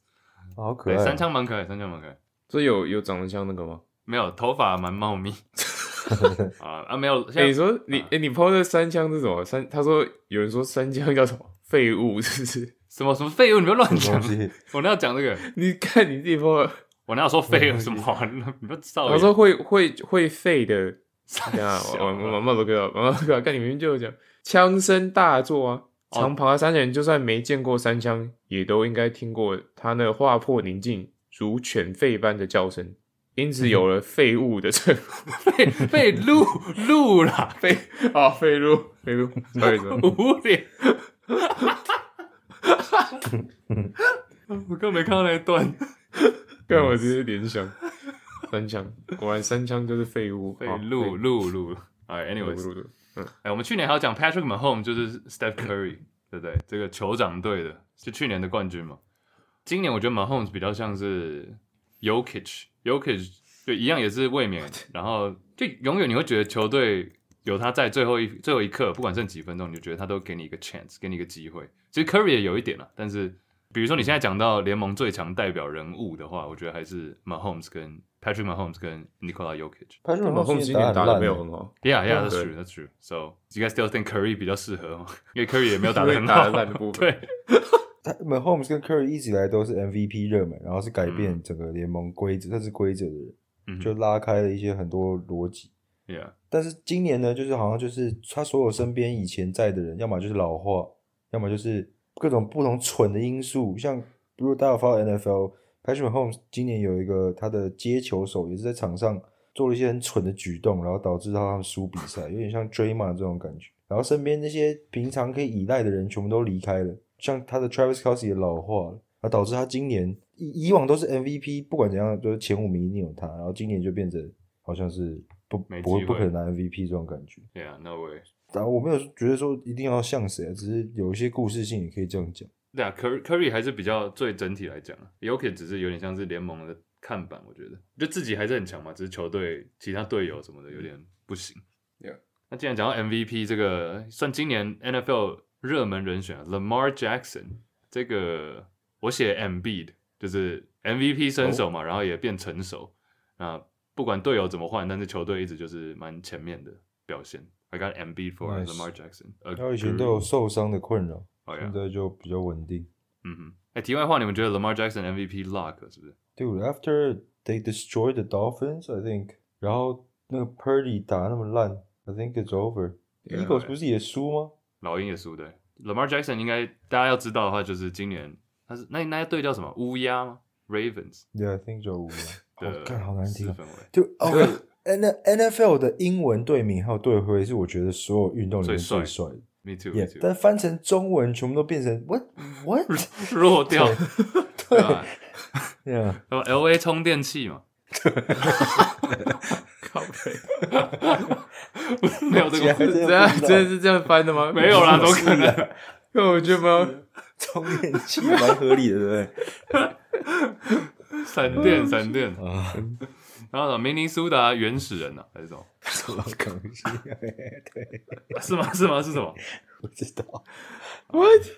[SPEAKER 3] 好可
[SPEAKER 4] 啊
[SPEAKER 2] 对，
[SPEAKER 3] 爱
[SPEAKER 2] 三
[SPEAKER 3] 哦，
[SPEAKER 2] 枪蛮可爱，三枪蛮可爱。
[SPEAKER 4] 所以有有长得像那个吗？
[SPEAKER 2] 没有头发蛮茂 密啊啊没有，
[SPEAKER 4] 哎、
[SPEAKER 2] 现
[SPEAKER 4] 你
[SPEAKER 2] 在
[SPEAKER 4] 说你哎、你抛的三枪是什么？三他说有人说三枪叫什么？废物是不是？
[SPEAKER 2] 什么什么废物，你不要乱
[SPEAKER 3] 什么
[SPEAKER 2] 讲
[SPEAKER 3] 东，西？
[SPEAKER 2] 我哪有讲这个？
[SPEAKER 4] 你看你自己抛的，
[SPEAKER 2] 我哪有说废物什么啊？你不要造谣
[SPEAKER 4] 他说会会会废的。
[SPEAKER 2] 三
[SPEAKER 4] 等一下
[SPEAKER 2] 小
[SPEAKER 4] 我我
[SPEAKER 2] 啊
[SPEAKER 4] 我慢慢哥，慢慢哥，看你明明就有讲枪声大作啊！
[SPEAKER 2] 哦
[SPEAKER 4] 长跑的三人就算没见过三枪，也都应该听过他那划破宁静、如犬吠般的叫声，因
[SPEAKER 2] 嗯
[SPEAKER 4] 此有了废物的称呼。
[SPEAKER 2] 被被录录了，
[SPEAKER 4] 废啊，废物，废物，所以说
[SPEAKER 2] 无聊。 我根本没看到那一 段。
[SPEAKER 4] 看我直接联想，三枪，果然三枪就是废物，哦
[SPEAKER 2] 被
[SPEAKER 4] 好
[SPEAKER 2] 录录录。哎，anyways，
[SPEAKER 4] 录的。
[SPEAKER 2] 哎，我们去年还要讲 Patrick Mahomes 就是 Steph Curry，对不对？这个酋长队的，就去年的冠军嘛。今年我觉得 Mahomes 比较像是 Yokich，Yokich 就一样也是卫冕，然后就永远你会觉得球队有他在最后一最后一刻，不管剩几分钟，你就觉得他都给你一个 chance，给你一个机会。其实 Curry 也有一点啦，但是比如说你现在讲到联盟最强代表人物的话，我觉得还是 Mahomes 跟 Patrick Mahomes 跟 Nikola Yokich。
[SPEAKER 3] 潘顺
[SPEAKER 4] 马
[SPEAKER 3] 龙
[SPEAKER 4] 后
[SPEAKER 3] 今
[SPEAKER 4] 今
[SPEAKER 3] 年
[SPEAKER 4] 年
[SPEAKER 3] 打得
[SPEAKER 4] 打的
[SPEAKER 3] 很
[SPEAKER 4] 没有
[SPEAKER 3] 烂欸
[SPEAKER 4] 很好，
[SPEAKER 2] Yeah, yeah, that's
[SPEAKER 4] 对
[SPEAKER 2] true, that's true. So, do you guys still think Curry 比较适合吗？因为 Curry 也没有打
[SPEAKER 4] 打
[SPEAKER 2] 得
[SPEAKER 4] 的
[SPEAKER 2] 很
[SPEAKER 4] 打
[SPEAKER 2] 好
[SPEAKER 4] 的，烂的部分。
[SPEAKER 2] 对，
[SPEAKER 3] 他们 Holmes 跟 Curry 一直以来都是 MVP 热门，然后是改变整个联盟规则，甚至规则的人，
[SPEAKER 2] 嗯
[SPEAKER 3] 就
[SPEAKER 2] 哼
[SPEAKER 3] 拉开了一些很多逻辑。
[SPEAKER 2] ，Yeah，
[SPEAKER 3] 但是今年呢，就是好像就是他所有身边以前在的人，要么就是老化，要么就是各种不同蠢的因素。像如果大家有 follow NFL Patrick Holmes 今年有一个他的接球手也是在场上做了一些很蠢的举动，然后导致他们输比赛，有点像 Draymond 这种感觉。然后身边那些平常可以依赖的人全部都离开了，像他的 Travis Kelsey 也老化了，啊，导致他今年以以往都是 MVP，不管怎样就是前五名一定有他，然后今年就变成好像是不
[SPEAKER 2] 没
[SPEAKER 3] 不会
[SPEAKER 2] 机
[SPEAKER 3] 不
[SPEAKER 2] 会
[SPEAKER 3] 可能拿 MVP 这种感觉。
[SPEAKER 2] Yeah, no way.
[SPEAKER 3] 然后我没有觉得说一定要像谁啊，只是有一些故事性也可以这样讲。
[SPEAKER 2] 对啊，Curry Curry 还是比较最整体来讲，Yoke 只是有点像是联盟的看板，我觉得就自己还是很强嘛，只是球队其他队友什么的有点不行。
[SPEAKER 4] Yeah
[SPEAKER 2] 那既然讲到 MVP 这个，算今年 NFL 热门人选啊，Lamar Jackson 这个，我写 MB 的，就是 MVP 身手嘛，然后也变成熟啊，那不管队友怎么换，但是球队一直就是蛮前面的表现。I got MB for
[SPEAKER 3] Nice
[SPEAKER 2] Lamar Jackson。
[SPEAKER 3] 然后以前都有受伤的困扰，
[SPEAKER 2] 哦呀
[SPEAKER 3] 现，在就比较稳定。
[SPEAKER 2] 嗯哼。哎，题外话，你们觉得 Lamar Jackson MVP lock 是不是？
[SPEAKER 3] Dude, after they destroyed the Dolphins, I think，然后那个 Purdy 打那么烂，I think it's over。
[SPEAKER 4] Yeah,
[SPEAKER 3] Eagles
[SPEAKER 2] right.
[SPEAKER 3] 不是也输吗？
[SPEAKER 2] 老鹰也输对。Lamar Jackson 应该大家要知道的话，就是今年他是那那队叫什么乌鸦吗？Ravens
[SPEAKER 3] Yeah, I think 就五了。好
[SPEAKER 2] 的，
[SPEAKER 3] 看，好难听
[SPEAKER 2] 四
[SPEAKER 3] 啊。
[SPEAKER 2] 分位，
[SPEAKER 3] 就哦，N N F L 的英文队名还有队徽是我觉得所有运动里面
[SPEAKER 2] 最帅
[SPEAKER 3] 最帅的。
[SPEAKER 2] Me too，Me
[SPEAKER 3] Yeah，
[SPEAKER 2] too，
[SPEAKER 3] 但翻成中文全部都变成 What What？
[SPEAKER 2] 弱 掉， 对吧？
[SPEAKER 3] Yeah，
[SPEAKER 2] 什么 L A 充电器嘛，
[SPEAKER 4] 靠背，
[SPEAKER 2] 没 有这个
[SPEAKER 3] 这
[SPEAKER 2] 字，
[SPEAKER 3] 样
[SPEAKER 4] 啊
[SPEAKER 3] 不知道
[SPEAKER 4] 这样真的是这样翻的吗？
[SPEAKER 2] 没有啦，怎么可
[SPEAKER 3] 是
[SPEAKER 2] 能？
[SPEAKER 4] 那我觉得蛮
[SPEAKER 3] 充电器蛮合理的，对不
[SPEAKER 2] 闪电，闪电，
[SPEAKER 3] 对？ 啊，
[SPEAKER 2] 然后什么明尼苏达啊原始人呢？还是什么？
[SPEAKER 3] 什么东西？
[SPEAKER 2] 是吗？是吗？是什么？
[SPEAKER 5] 不知道。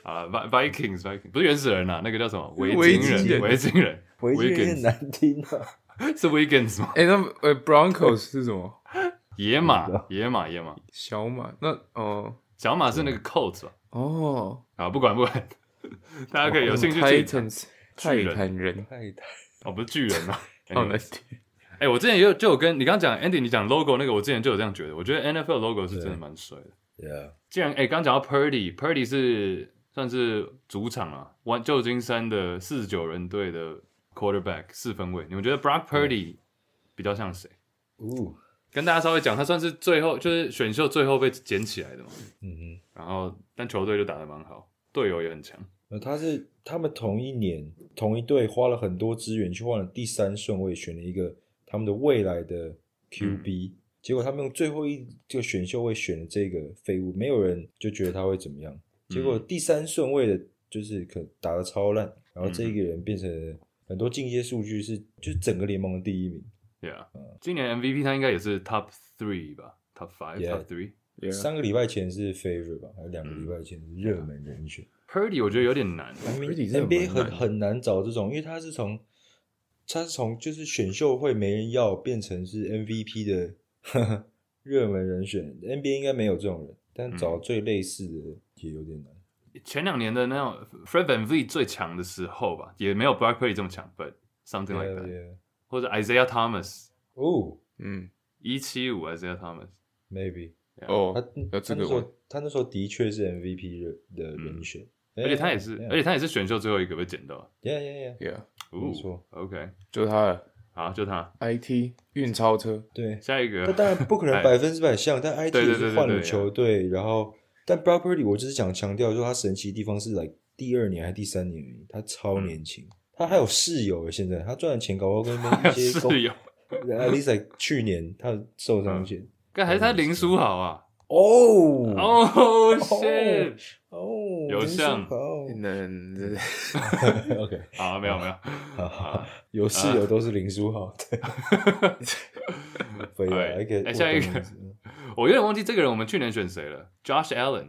[SPEAKER 2] 啊，Vikings Vikings 不是原始人啊，那个叫什么维
[SPEAKER 4] 维
[SPEAKER 2] 京
[SPEAKER 4] 京
[SPEAKER 2] 人？
[SPEAKER 4] 人
[SPEAKER 2] 维京人
[SPEAKER 5] 维京人
[SPEAKER 2] Wiggins
[SPEAKER 5] 很难听啊，
[SPEAKER 2] 是 Vikings 吗？
[SPEAKER 4] 哎、那呃，Broncos 是什么？
[SPEAKER 2] 野马，野马，野马，
[SPEAKER 4] 小马？那哦
[SPEAKER 2] 小马是那个 Colts 吧？
[SPEAKER 4] 哦，
[SPEAKER 2] 啊，不管不管， 大家可以有兴趣自己查
[SPEAKER 4] Titans 泰坦人，
[SPEAKER 5] 太太
[SPEAKER 2] 哦，不是巨人 啊。
[SPEAKER 4] 好难听。
[SPEAKER 2] 哎、我之前也有就有跟你刚讲 Andy，你讲 logo 那个，我之前就有这样觉得，我觉得 NFL logo 是真的蛮帅的。
[SPEAKER 3] Yeah，
[SPEAKER 2] 既然哎，刚讲到 Purdy，Purdy 是算是主场啊，玩旧金山的四十九人队的 quarterback 四分卫，你们觉得 Brock Purdy 比较像谁？
[SPEAKER 3] 哦
[SPEAKER 5] 呜，
[SPEAKER 2] 跟大家稍微讲，他算是最后就是选秀最后被捡起来的嘛，
[SPEAKER 3] 嗯哼，
[SPEAKER 2] 然后但球队就打得蛮好，队友也很强。
[SPEAKER 3] 呃，他是他们同一年同一队花了很多资源去换了第三顺位，选了一个他们的未来的 QB，、结果他们用最后一这个选秀会选了这个废物，没有人就觉得他会怎么样。结果第三顺位的就是可打得超烂，然后这一个人变成了很多进阶数据是就是整个联盟的第一名。
[SPEAKER 2] Yeah，、今
[SPEAKER 3] 嗯
[SPEAKER 2] 年 MVP 他应该也是 Top Three 吧，Top
[SPEAKER 3] Yeah
[SPEAKER 2] Five，Top Three。
[SPEAKER 4] Yeah
[SPEAKER 3] 三个礼拜前是 favorite 吧，还是两个礼拜前是热门人选。
[SPEAKER 2] Purdy 我觉得有点难，
[SPEAKER 3] I mean,
[SPEAKER 4] Brady 真的
[SPEAKER 3] NBA
[SPEAKER 4] 蛮
[SPEAKER 3] 很
[SPEAKER 4] 烂的
[SPEAKER 3] 很难找这种，因为他是从他是从就是选秀会没人要变成是 MVP 的呵呵热门人选，NBA 应该没有这种人，但
[SPEAKER 2] 嗯
[SPEAKER 3] 找最类似的也有点难。
[SPEAKER 2] 前两年的那种 Fred Van v l e 最强的时候吧，也没有 Brock Purdy 这么强，but something like that，、
[SPEAKER 3] Yeah, yeah.
[SPEAKER 2] 或者 Isaiah Thomas
[SPEAKER 3] 哦
[SPEAKER 4] 嗯，
[SPEAKER 2] 一七五 Isaiah Thomas，
[SPEAKER 3] ，maybe 他
[SPEAKER 4] 哦，
[SPEAKER 3] 他
[SPEAKER 4] 这个
[SPEAKER 3] 那时候
[SPEAKER 4] 我
[SPEAKER 3] 他那时候的确是 MVP 热的
[SPEAKER 2] 嗯
[SPEAKER 3] 人选，哎
[SPEAKER 2] 而且他也是，而且他也是选秀最后一个被捡到。
[SPEAKER 3] ，Yeah Yeah Yeah，
[SPEAKER 4] ，Yeah，
[SPEAKER 2] 哦
[SPEAKER 3] 没错
[SPEAKER 2] ，OK，
[SPEAKER 4] 就他了。
[SPEAKER 2] 好，就他
[SPEAKER 4] IT 运钞 车，
[SPEAKER 3] 对，
[SPEAKER 2] 下一个
[SPEAKER 3] 那。当然不可能
[SPEAKER 2] 哎
[SPEAKER 3] 百分之百像，但 IT
[SPEAKER 2] 对对
[SPEAKER 3] 也
[SPEAKER 2] 对对
[SPEAKER 3] 是换
[SPEAKER 2] 对
[SPEAKER 3] 了球队，然后但 b r o p e r t y 我就是想强调，说他神奇的地方是来第二年还是第三年而已，他超年轻，
[SPEAKER 2] 嗯
[SPEAKER 3] 他还有室友耶欸现在他赚的钱搞不好跟跟一些
[SPEAKER 2] 室友，
[SPEAKER 3] a l i s a 去年他受伤前，
[SPEAKER 2] 但还是他林书豪啊！
[SPEAKER 3] 哦
[SPEAKER 2] 哦，shit！
[SPEAKER 3] 哦，
[SPEAKER 2] 有像
[SPEAKER 3] 林
[SPEAKER 4] 那
[SPEAKER 3] 书豪，OK，
[SPEAKER 2] 啊，没有没有，
[SPEAKER 3] 好好，好有室友都是林书豪， 对，可以
[SPEAKER 2] 啊哎
[SPEAKER 3] 了，一个
[SPEAKER 2] 哎下一个 我有点忘记这个人，我们去年选谁了？Josh Allen。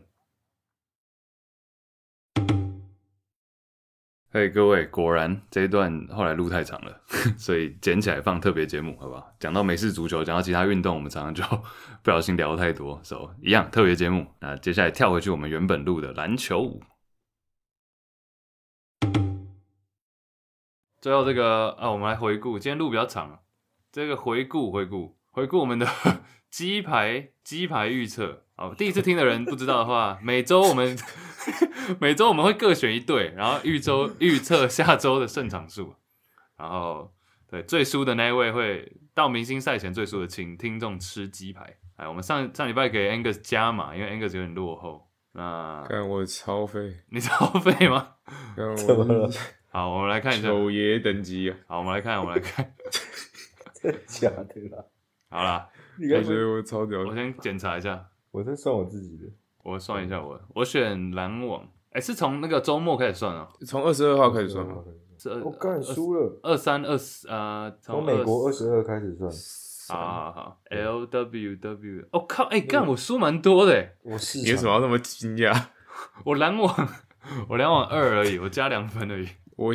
[SPEAKER 2] 嘿、各位，果然这一段后来录太长了， 所以捡起来放特别节目，好不好？讲到美式足球，讲到其他运动，我们常常就 不小心聊太多，so, 一样特别节目。那接下来跳回去我们原本录的篮球舞。最后这个啊，我们来回顾，今天录比较长啊，这个回顾回顾回顾我们的 鸡排鸡排预测。哦，第一次听的人不知道的话，每周我们 每周我们会各选一队，然后预周预测下周的胜场数，然后对最输的那一位会到明星赛前最输的请听众吃鸡排。哎，我们上上礼拜给 Angus 加码，因为 Angus 有点落后。那
[SPEAKER 4] 看我超废，
[SPEAKER 2] 你超费吗？
[SPEAKER 4] 看我
[SPEAKER 3] 怎么了
[SPEAKER 2] 好，我们来看一下。
[SPEAKER 4] 九爷等级啊，
[SPEAKER 2] 好，我们来看，我们来看。
[SPEAKER 3] 真的假的啦？
[SPEAKER 2] 好啦，
[SPEAKER 3] 你
[SPEAKER 4] 我
[SPEAKER 3] 看
[SPEAKER 4] 觉得哎我超屌
[SPEAKER 2] 我
[SPEAKER 4] 的，
[SPEAKER 2] 先检查一下，
[SPEAKER 3] 我在算我自己的，
[SPEAKER 2] 我算一下我，我选篮网，哎、是从那个周末开始算哦，
[SPEAKER 4] 从二十二号开始算吗？
[SPEAKER 2] 是
[SPEAKER 3] 我干输了，
[SPEAKER 2] 二三二四呃，
[SPEAKER 3] 从美国二
[SPEAKER 2] 十，
[SPEAKER 3] 十二开始算，
[SPEAKER 2] 好好好，L W W，我、靠，哎、干我输蛮多的欸，
[SPEAKER 3] 我市
[SPEAKER 4] 你为什么
[SPEAKER 3] 场
[SPEAKER 4] 要那么惊讶？
[SPEAKER 2] 我篮网， 我篮网二而已，我加两分而已，
[SPEAKER 4] 我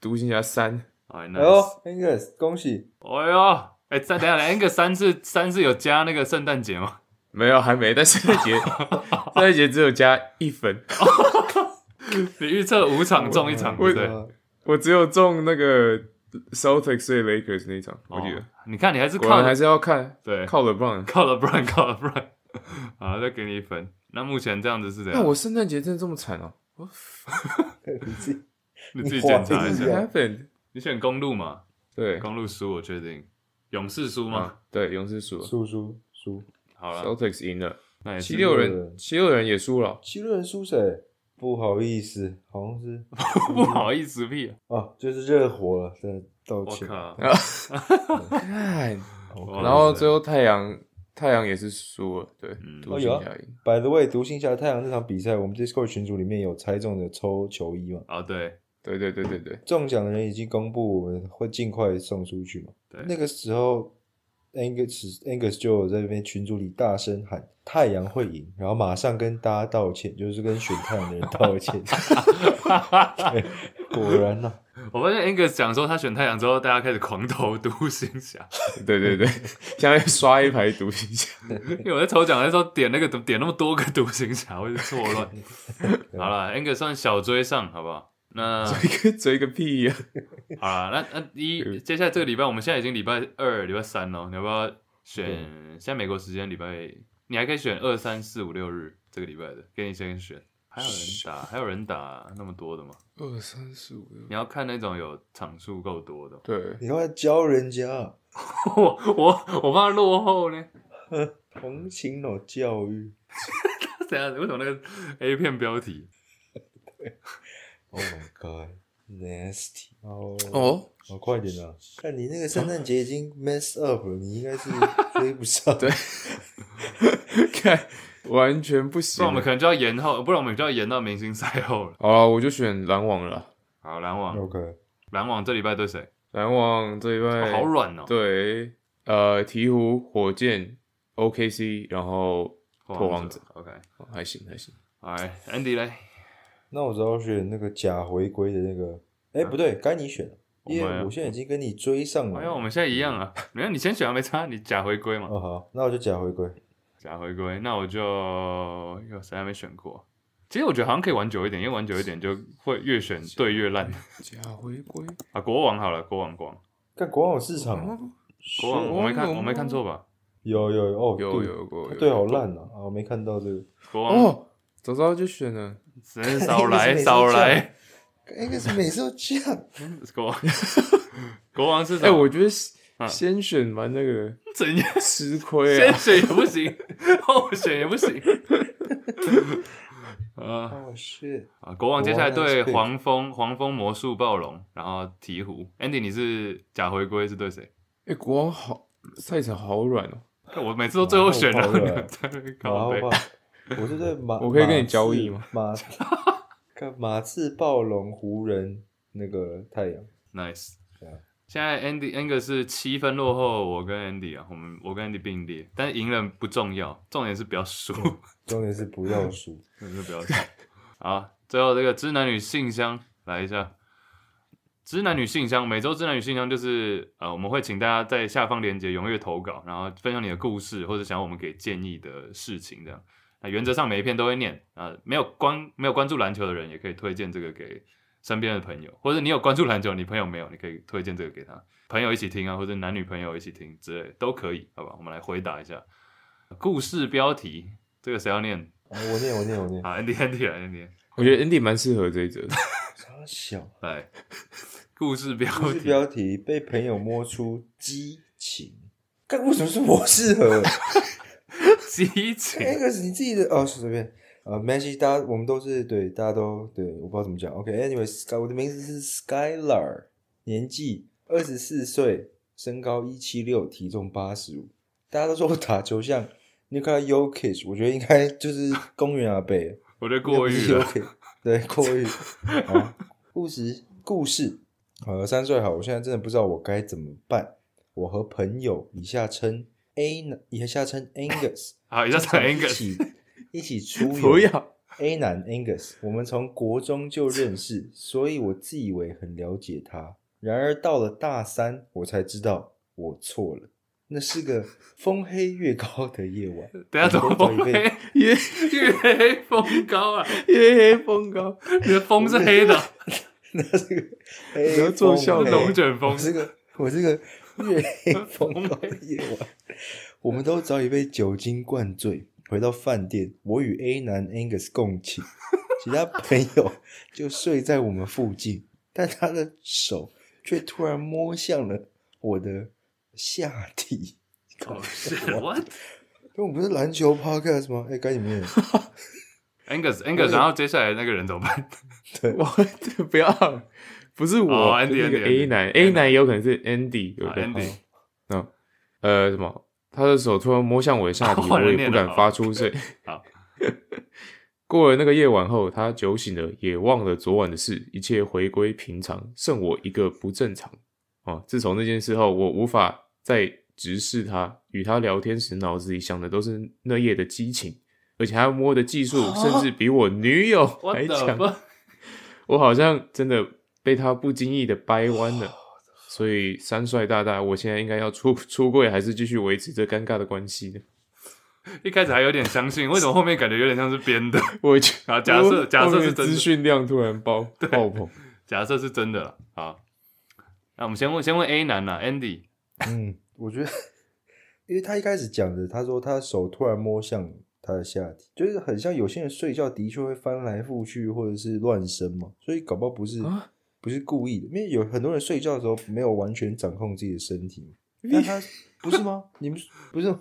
[SPEAKER 4] 独行侠三，
[SPEAKER 2] 哎
[SPEAKER 3] 哎呦
[SPEAKER 2] nice，
[SPEAKER 3] ，Angus，恭喜！
[SPEAKER 2] 哎呦，哎、再等一下，来 n 个三是三是有加那个圣诞节吗？
[SPEAKER 4] 没有还没，但圣诞节圣诞节只有加一分，
[SPEAKER 2] 你预测五场中一场，对
[SPEAKER 4] 我
[SPEAKER 2] 不对？
[SPEAKER 4] 我只有中那个 Celtics 对 Lakers 那一场，我记
[SPEAKER 2] 哦
[SPEAKER 4] 得，
[SPEAKER 2] 你看你还是
[SPEAKER 4] 果
[SPEAKER 2] 靠
[SPEAKER 4] 然还是要看，
[SPEAKER 2] 对
[SPEAKER 4] 靠 LeBron。
[SPEAKER 2] 靠了 b r 靠了 b r 好，再给你一分。那目前这样子是怎
[SPEAKER 4] 那
[SPEAKER 2] 样？
[SPEAKER 4] 我圣诞节真的这么惨哦
[SPEAKER 3] 你 自己
[SPEAKER 2] 你自己检查一
[SPEAKER 3] 你
[SPEAKER 2] 下
[SPEAKER 3] 是
[SPEAKER 4] ？What
[SPEAKER 3] 哇啊
[SPEAKER 4] happened？
[SPEAKER 2] 你选公路嘛？
[SPEAKER 4] 对，
[SPEAKER 2] 公路输我确定，勇士输吗？
[SPEAKER 4] 啊，对，勇士输了
[SPEAKER 3] 输输输，
[SPEAKER 2] 好了，
[SPEAKER 4] ，Celtics 赢了，
[SPEAKER 2] 那也
[SPEAKER 4] 七
[SPEAKER 2] 是
[SPEAKER 4] 六
[SPEAKER 3] 七六
[SPEAKER 4] 人
[SPEAKER 3] 人
[SPEAKER 4] 七六人也输 了，
[SPEAKER 3] 七六人输谁？不好意思，好像是
[SPEAKER 2] 不好意思屁啊，
[SPEAKER 3] 哦，就是热火了，真的道
[SPEAKER 2] 我
[SPEAKER 3] 歉。
[SPEAKER 2] 靠！
[SPEAKER 4] 看，
[SPEAKER 2] 哇
[SPEAKER 4] 然后最后太阳太阳也是输了，对
[SPEAKER 2] 嗯，
[SPEAKER 4] 独行侠赢，
[SPEAKER 3] By the way，独行侠太阳这场比赛，我们 Discord 群组里面有猜中的抽球衣嘛？
[SPEAKER 2] 哦对
[SPEAKER 4] 对对对对对，
[SPEAKER 3] 中奖的人已经公布，我们会尽快送出去嘛？
[SPEAKER 2] 对，
[SPEAKER 3] 那个时候 Angus Angus 就有在那边群组里大声喊太阳会赢，然后马上跟大家道歉，就是跟选太阳的人道歉。对果然啊呐、
[SPEAKER 2] 我发现 Angus 讲说他选太阳之后，大家开始狂投独行侠。
[SPEAKER 4] 对对 对，下面刷一排独行侠。
[SPEAKER 2] 因为我在抽奖的时候点那个怎么点那么多个独行侠，我就错 乱。好了，Angus 算小追上，好不好？那
[SPEAKER 4] 追个追个屁呀、
[SPEAKER 2] 好了，那那第一，接下来这个礼拜，我们现在已经礼拜二、礼拜三了，你要不要选？现在美国时间礼拜，你还可以选二、三、四、五、六日这个礼拜的，给你先选。还有人打，还有人打那么多的吗？
[SPEAKER 4] 二三四五六，
[SPEAKER 2] 你要看那种有场数够多的。
[SPEAKER 4] 对，
[SPEAKER 3] 你要教人家
[SPEAKER 2] 我我我怕落后呢。
[SPEAKER 3] 同情脑教育。
[SPEAKER 2] 怎样？ 为什么那个 A 片标题？
[SPEAKER 3] Oh my god, nasty！哦、
[SPEAKER 4] 哦，
[SPEAKER 3] 哦，快点啊！看你那个圣诞节已经 mess up 了，你应该是追不上。
[SPEAKER 4] 对看完全不
[SPEAKER 2] 不
[SPEAKER 4] 行
[SPEAKER 2] 然我。们可能就要延后，不然我们就要延到明星赛后了。
[SPEAKER 4] 好了，我就选篮网了。
[SPEAKER 2] 好，篮网，
[SPEAKER 3] ，OK，
[SPEAKER 2] 篮网这礼拜对谁？
[SPEAKER 4] 篮网这一
[SPEAKER 2] 哦
[SPEAKER 4] 拜、
[SPEAKER 2] 好软哦，
[SPEAKER 4] 对，呃，鹈鹕、火箭、OKC，然后
[SPEAKER 2] 破
[SPEAKER 4] 破王者，
[SPEAKER 2] OK，
[SPEAKER 4] 哦还行还行。
[SPEAKER 2] 好来，Andy 嘞，
[SPEAKER 3] 那我只要选那个假回归的那个。哎、
[SPEAKER 4] 啊
[SPEAKER 3] 不对，该你选了，因
[SPEAKER 2] 我们
[SPEAKER 3] 为我现在已经跟你追上了。
[SPEAKER 2] 哎呀，我们现在一样啊。
[SPEAKER 4] 嗯
[SPEAKER 2] 没有，你先选啊，没差，你假回归嘛，
[SPEAKER 3] 哦好，那我就假回归。
[SPEAKER 2] 假回归。那我就有谁还没选过？其实我觉得好像可以玩久一点，因为玩久一点就会越选对越 烂
[SPEAKER 4] 假回归，哦
[SPEAKER 2] 啊。国王好了，国王国王
[SPEAKER 3] 看国王有市
[SPEAKER 4] 嗯
[SPEAKER 3] 场啊，
[SPEAKER 2] 嗯国王，我没看我没看错吧？
[SPEAKER 3] 有有有哦，
[SPEAKER 4] 有
[SPEAKER 3] 对
[SPEAKER 4] 有过，
[SPEAKER 3] 对，好
[SPEAKER 4] 有过
[SPEAKER 3] 烂啊！啊，我没看到这 个。
[SPEAKER 2] 国王，
[SPEAKER 4] 哦，早知道就选了。
[SPEAKER 2] 真少
[SPEAKER 3] 你
[SPEAKER 2] 来
[SPEAKER 3] 是
[SPEAKER 2] 少来，
[SPEAKER 3] 应哎该是每次都这样。
[SPEAKER 2] 国王，国王是什
[SPEAKER 4] 哎、
[SPEAKER 2] 么？
[SPEAKER 4] 我觉得
[SPEAKER 2] 嗯
[SPEAKER 4] 先选蛮那个
[SPEAKER 2] 怎样？
[SPEAKER 4] 吃亏
[SPEAKER 2] 先
[SPEAKER 4] 啊。
[SPEAKER 2] 选也不行，后选也不 行。呃
[SPEAKER 3] 哦、shit！
[SPEAKER 2] 啊，国王接下来对
[SPEAKER 3] 国王还是 pick
[SPEAKER 2] 黄蜂、 黄蜂、魔术、暴龙，然后鹈鹕。Andy，你是假回归是对谁？
[SPEAKER 4] 哎、国王好，赛场好软哦、
[SPEAKER 2] 看我每次都最后选，
[SPEAKER 3] 马
[SPEAKER 2] 然
[SPEAKER 3] 后
[SPEAKER 2] 后
[SPEAKER 3] 炮
[SPEAKER 2] 你
[SPEAKER 3] 对
[SPEAKER 2] 们在那边
[SPEAKER 3] 然
[SPEAKER 2] 搞
[SPEAKER 3] 后
[SPEAKER 2] 背。
[SPEAKER 3] 吧，我是对马，
[SPEAKER 4] 我可以跟你交易吗
[SPEAKER 3] 马刺？马，看马刺、暴龙、湖人、那个太阳。
[SPEAKER 2] Nice
[SPEAKER 3] 对啊。
[SPEAKER 2] 现在 Andy Angus 是七分落后，我跟 Andy 啊，我们我跟 Andy 并列，但是赢了不重要，重点是不要输，
[SPEAKER 3] 重点是不要输。
[SPEAKER 2] 重点是不要输。好，最后这个知男女信箱来一下。知男女信箱，每周知男女信箱就是呃，我们会请大家在下方链接踊跃投稿，然后分享你的故事或者想要我们给建议的事情这样。那原则上每一篇都会念啊、呃没有关没有关注篮球的人也可以推荐这个给身边的朋友，或者你有关注篮球，你朋友没有，你可以推荐这个给他，朋友一起听啊，或者男女朋友一起听之类的都可以，好吧？我们来回答一下故事标题，这个谁要念？
[SPEAKER 3] 啊，我念，我念， 我念。
[SPEAKER 2] 啊，Andy Andy 来 Andy
[SPEAKER 4] 我觉得 Andy 蛮适合这一则的。
[SPEAKER 3] 傻小。
[SPEAKER 2] 来，故事标
[SPEAKER 3] 故
[SPEAKER 2] 题，
[SPEAKER 3] 事标题被朋友摸出激情。 干，为什么是我适 合？
[SPEAKER 2] 激情
[SPEAKER 3] 那个是你自己的哦，随便。呃，没关系，大家我们都是对，大家都对，我不知道怎么讲。OK，anyway，Sky，、我的名字是 Skylar，年纪二十四岁，身高一七六，体重八十五。大家都说我打球像 Nikola Jokic，我觉得应该就是公园阿贝
[SPEAKER 2] 我觉得过誉了。
[SPEAKER 3] ，Jokic，对， 过 誉。好，故事故事，呃，三岁好，我现在真的不知道我该怎么办。我和朋友以下称 A，呢，以下称 Angus。
[SPEAKER 2] 好，以上是
[SPEAKER 3] 一
[SPEAKER 2] Angus，
[SPEAKER 3] 起一起出
[SPEAKER 4] 不
[SPEAKER 3] 游。
[SPEAKER 4] 要，
[SPEAKER 3] A 男 Angus，我们从国中就认识，所以我自以为很了解他。然而到了大三，我才知道我错了。那是个风黑月高的夜晚，
[SPEAKER 2] 等一下怎么
[SPEAKER 3] 我
[SPEAKER 2] 风黑
[SPEAKER 3] 们都走一遍？
[SPEAKER 4] 夜
[SPEAKER 2] 月黑风高啊！
[SPEAKER 4] 夜黑风 高，
[SPEAKER 2] 你的风是黑的，
[SPEAKER 3] 那是个黑
[SPEAKER 4] 你要做笑
[SPEAKER 3] 风
[SPEAKER 4] 容
[SPEAKER 3] 黑
[SPEAKER 2] 龙卷风
[SPEAKER 3] 我。是个我是个月黑风高的夜晚，我们都早已被酒精灌醉。回到饭店，我与 A 男 Angus 共寝，其他朋友就睡在我们附近，但他的手却突然摸向了我的下体。
[SPEAKER 2] 哦是 what
[SPEAKER 3] 我们不是篮球 podcast 吗？哎、该你们念了。
[SPEAKER 2] Angus Angus，然后接下来那个人怎么办？
[SPEAKER 4] 我不要，不是我，
[SPEAKER 2] 哦
[SPEAKER 4] 是
[SPEAKER 2] Andy，
[SPEAKER 4] 那个
[SPEAKER 2] Andy，
[SPEAKER 4] A 男
[SPEAKER 2] Andy
[SPEAKER 4] A 男有可能是 Andy，有
[SPEAKER 2] 啊
[SPEAKER 4] 可能
[SPEAKER 2] Andy
[SPEAKER 4] 嗯，呃，什么？他的手突然摸向我的下体，
[SPEAKER 2] 换
[SPEAKER 4] 我
[SPEAKER 2] 人
[SPEAKER 4] 也
[SPEAKER 2] 念
[SPEAKER 4] 不
[SPEAKER 2] 了
[SPEAKER 4] 敢发出声
[SPEAKER 2] 好。
[SPEAKER 4] 过了那个夜晚后，他酒醒了，也忘了昨晚的事，一切回归平常，剩我一个不正常。哦，自从那件事后，我无法再直视他，与他聊天时，脑子里想的都是那夜的激情，而且他摸的技术甚至比我女友
[SPEAKER 2] 哦
[SPEAKER 3] 哦
[SPEAKER 2] 我
[SPEAKER 4] 还
[SPEAKER 2] 的
[SPEAKER 4] 强。
[SPEAKER 2] 不，
[SPEAKER 4] 我好像真的被他不经意的掰弯了。所以三帅大大，我现在应该要出 出柜，还是继续维持这尴尬的关 系呢？
[SPEAKER 2] 一开始还有点相信，为什么后面感觉有点像是编的？
[SPEAKER 4] 我觉
[SPEAKER 2] 啊假设
[SPEAKER 4] 我
[SPEAKER 2] 假设是
[SPEAKER 4] 后面
[SPEAKER 2] 真的
[SPEAKER 4] 资讯量突然爆爆棚，
[SPEAKER 2] 假设是真的了，好，那我们先问先问 A 男啊啦，Andy，
[SPEAKER 3] 嗯，我觉得，因为他一开始讲的，他说他手突然摸向他的下体，就是很像有些人睡觉的确会翻来覆去或者是乱伸嘛，所以搞不好不是、
[SPEAKER 4] 啊
[SPEAKER 3] 不是故意的，因为有很多人睡觉的时候没有完全掌控自己的身体嘛， 但他不是吗？你们不是吗？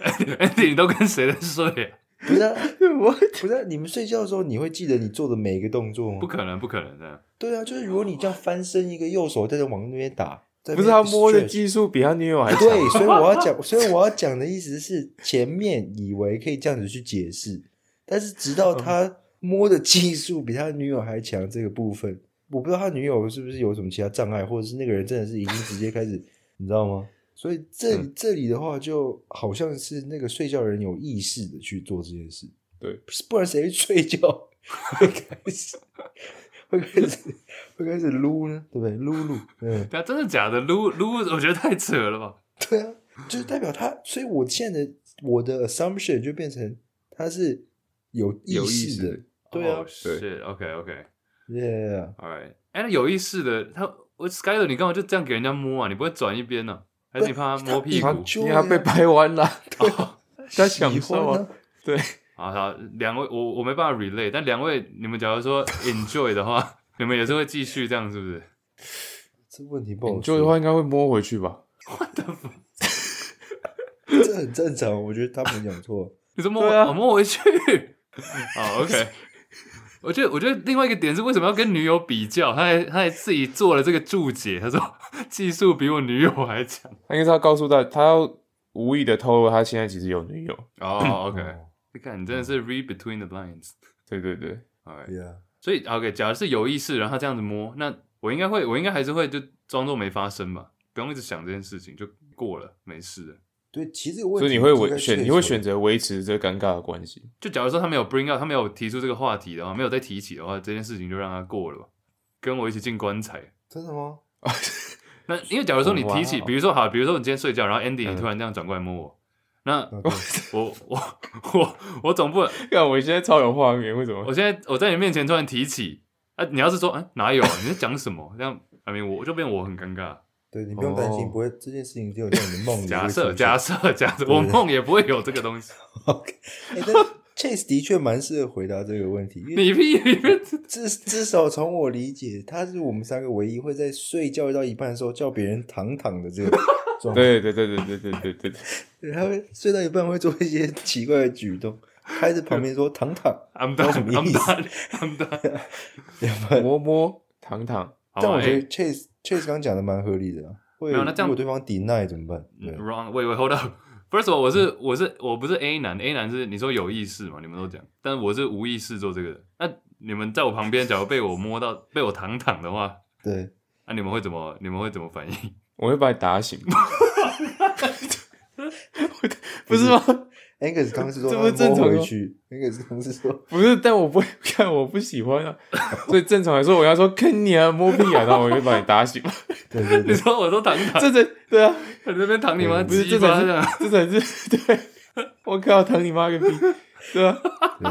[SPEAKER 2] Andy，你都跟谁在睡、啊？
[SPEAKER 3] 不是、 啊，不是、啊、你们睡觉的时候你会记得你做的每一个动作吗？
[SPEAKER 2] 不可能，不可能的。
[SPEAKER 3] 对啊，就是如果你这样翻身，一个右手在这往那边打，在
[SPEAKER 4] 不是
[SPEAKER 3] 那
[SPEAKER 4] 他
[SPEAKER 3] 边
[SPEAKER 4] 摸的
[SPEAKER 3] stretch
[SPEAKER 4] 技术比他女友还强。
[SPEAKER 3] 对，所以我要讲， 所以我要讲的意思是，前面以为可以这样子去解释，但是直到
[SPEAKER 4] 嗯
[SPEAKER 3] 他摸的技术比他女友还强这个部分，我不知道他女友是不是有什么其他障碍，或者是那个人真的是已经直接开始，你知道吗？所以这
[SPEAKER 4] 嗯
[SPEAKER 3] 这里的话，就好像是那个睡觉人有意识的去做这件事，
[SPEAKER 4] 对，
[SPEAKER 3] 不然谁睡觉 会开始会开始会开始撸呢？对不对？撸撸，嗯。
[SPEAKER 2] 对啊，真的假的？撸撸，我觉得太扯了吧？
[SPEAKER 3] 对啊，就是代表他，所以我现在的我的 assumption 就变成他是有意
[SPEAKER 4] 有意
[SPEAKER 3] 识
[SPEAKER 4] 识
[SPEAKER 3] 的，
[SPEAKER 4] 的
[SPEAKER 3] 对啊，
[SPEAKER 2] 是 OK OK，
[SPEAKER 3] yeah，
[SPEAKER 2] Oh， All right，哎，那有意识的，他我 Skyler，你干嘛就这样给人家摸啊？你不会转一边呢、还是你怕他摸屁股
[SPEAKER 4] 他
[SPEAKER 3] 不？
[SPEAKER 4] 因为他被掰弯 了，他哦享
[SPEAKER 3] 喜欢
[SPEAKER 4] 受啊
[SPEAKER 3] 啊，，
[SPEAKER 4] 对，
[SPEAKER 2] 好好，两位我我没办法 relay，但两位你们假如说 enjoy 的话，你们也是会继续这样是不是？
[SPEAKER 3] 这问题不好
[SPEAKER 4] 就的
[SPEAKER 3] 说，
[SPEAKER 4] 话应该会摸回去吧？
[SPEAKER 3] 这很正常，我觉得他没讲 错，
[SPEAKER 2] 你说摸
[SPEAKER 4] 对啊
[SPEAKER 2] 我、摸回去？好 OK。我觉得，我觉得另外一个点是为什么要跟女友比较？他还他还自己做了这个注解，他说 技术比我女友还强。
[SPEAKER 4] 他应该是要告诉大他要无意的透露他现在其实有女友。
[SPEAKER 2] 哦、o k
[SPEAKER 3] 哦
[SPEAKER 2] 你看，你真的是 read between the lines。
[SPEAKER 4] 对对对，
[SPEAKER 2] All right，
[SPEAKER 3] ，yeah，
[SPEAKER 2] 所以 OK，假如是有意识，然后他这样子摸，那我应该会，我应该还是会就装作没发生吧，不用一直想这件事情，就过了，没事了。
[SPEAKER 3] 对，其实这个问
[SPEAKER 4] 所
[SPEAKER 3] 题
[SPEAKER 4] 以你会
[SPEAKER 3] 应
[SPEAKER 4] 维
[SPEAKER 3] 该
[SPEAKER 4] 选，
[SPEAKER 3] 确
[SPEAKER 4] 你会
[SPEAKER 3] 实
[SPEAKER 4] 选择维持这尴尬的 关系。
[SPEAKER 2] 就假如说他没有 bring up，他没有提出这个话题的话，没有再提起的话，这件事情就让他过了吧，跟我一起进棺材。
[SPEAKER 3] 真的吗？
[SPEAKER 2] 那因为假如说你提起，
[SPEAKER 4] 哇哦
[SPEAKER 2] 比如说好，比如说你今天睡觉，然后 Andy 你
[SPEAKER 4] 嗯
[SPEAKER 2] 突然这样转过来摸我，那
[SPEAKER 3] OK
[SPEAKER 2] 我我 我我总不能，
[SPEAKER 4] 看我现在超有画面，为什么
[SPEAKER 2] 我？现在我在你面前突然提起，啊，你要是说哎、哪有啊，你在讲什么？这样，I mean 我就变我很尴尬。
[SPEAKER 3] 对你不用担心，
[SPEAKER 4] 哦
[SPEAKER 3] 不会这件事情只有在你的梦里
[SPEAKER 2] 假
[SPEAKER 3] 会出
[SPEAKER 2] 设
[SPEAKER 3] 现
[SPEAKER 2] 假设假设，我梦也不会有这个东西。
[SPEAKER 3] ，OK，哎但 Chase 的确蛮适合回答这个问题，因为
[SPEAKER 2] 你屁！ 你屁
[SPEAKER 3] 至至少从我理解，他是我们三个唯一会在睡觉到一半的时候叫别人躺躺的这个状态。
[SPEAKER 4] 对对对对对对对 对对，
[SPEAKER 3] 对，他会睡到一半会做一些 奇怪的举动，开着旁边说躺躺，
[SPEAKER 2] ！I'm
[SPEAKER 3] 什
[SPEAKER 2] done.
[SPEAKER 3] 么
[SPEAKER 2] I'm
[SPEAKER 3] 意思
[SPEAKER 2] done. I'm done.
[SPEAKER 3] 要不然
[SPEAKER 4] 摸摸躺躺，
[SPEAKER 2] 好
[SPEAKER 3] 但
[SPEAKER 2] 吧
[SPEAKER 3] 我觉
[SPEAKER 2] 哎
[SPEAKER 3] 得 Chase Chase 刚讲的蛮合理的啊。会
[SPEAKER 2] 没有那这样嗯
[SPEAKER 3] 如果对方 deny 怎么办？对，
[SPEAKER 2] Wrong. Wait, wait, hold up. First of all，我是我是我不是 A 男，A 男是你说有意识嘛？你们都讲，但我是无意识做这个的。那你们在我旁边，假如被我摸到，被我躺躺的话，
[SPEAKER 3] 对，
[SPEAKER 2] 那、你们会怎么？你们会怎么反应？
[SPEAKER 4] 我会把你打醒。 不是吗？
[SPEAKER 3] Angus 刚是说
[SPEAKER 4] 这不是
[SPEAKER 3] 他
[SPEAKER 4] 正
[SPEAKER 3] 摸
[SPEAKER 4] 常
[SPEAKER 3] 回
[SPEAKER 4] 吗
[SPEAKER 3] 去，Angus 刚是说
[SPEAKER 4] 不是，但我不会 看，我不喜欢啊。所以正常来说，我要说坑你啊，摸屁啊，然后我就把你打醒。
[SPEAKER 3] 对对
[SPEAKER 2] 你
[SPEAKER 3] 对，
[SPEAKER 2] 说我都躺躺，
[SPEAKER 4] 这才对啊，
[SPEAKER 2] 你那边躺你吗？
[SPEAKER 4] 不是
[SPEAKER 2] 鸡
[SPEAKER 4] 这
[SPEAKER 2] 巴啊
[SPEAKER 4] 才
[SPEAKER 2] 这样
[SPEAKER 4] 是，这才是对。我靠，疼你妈个逼！对啊，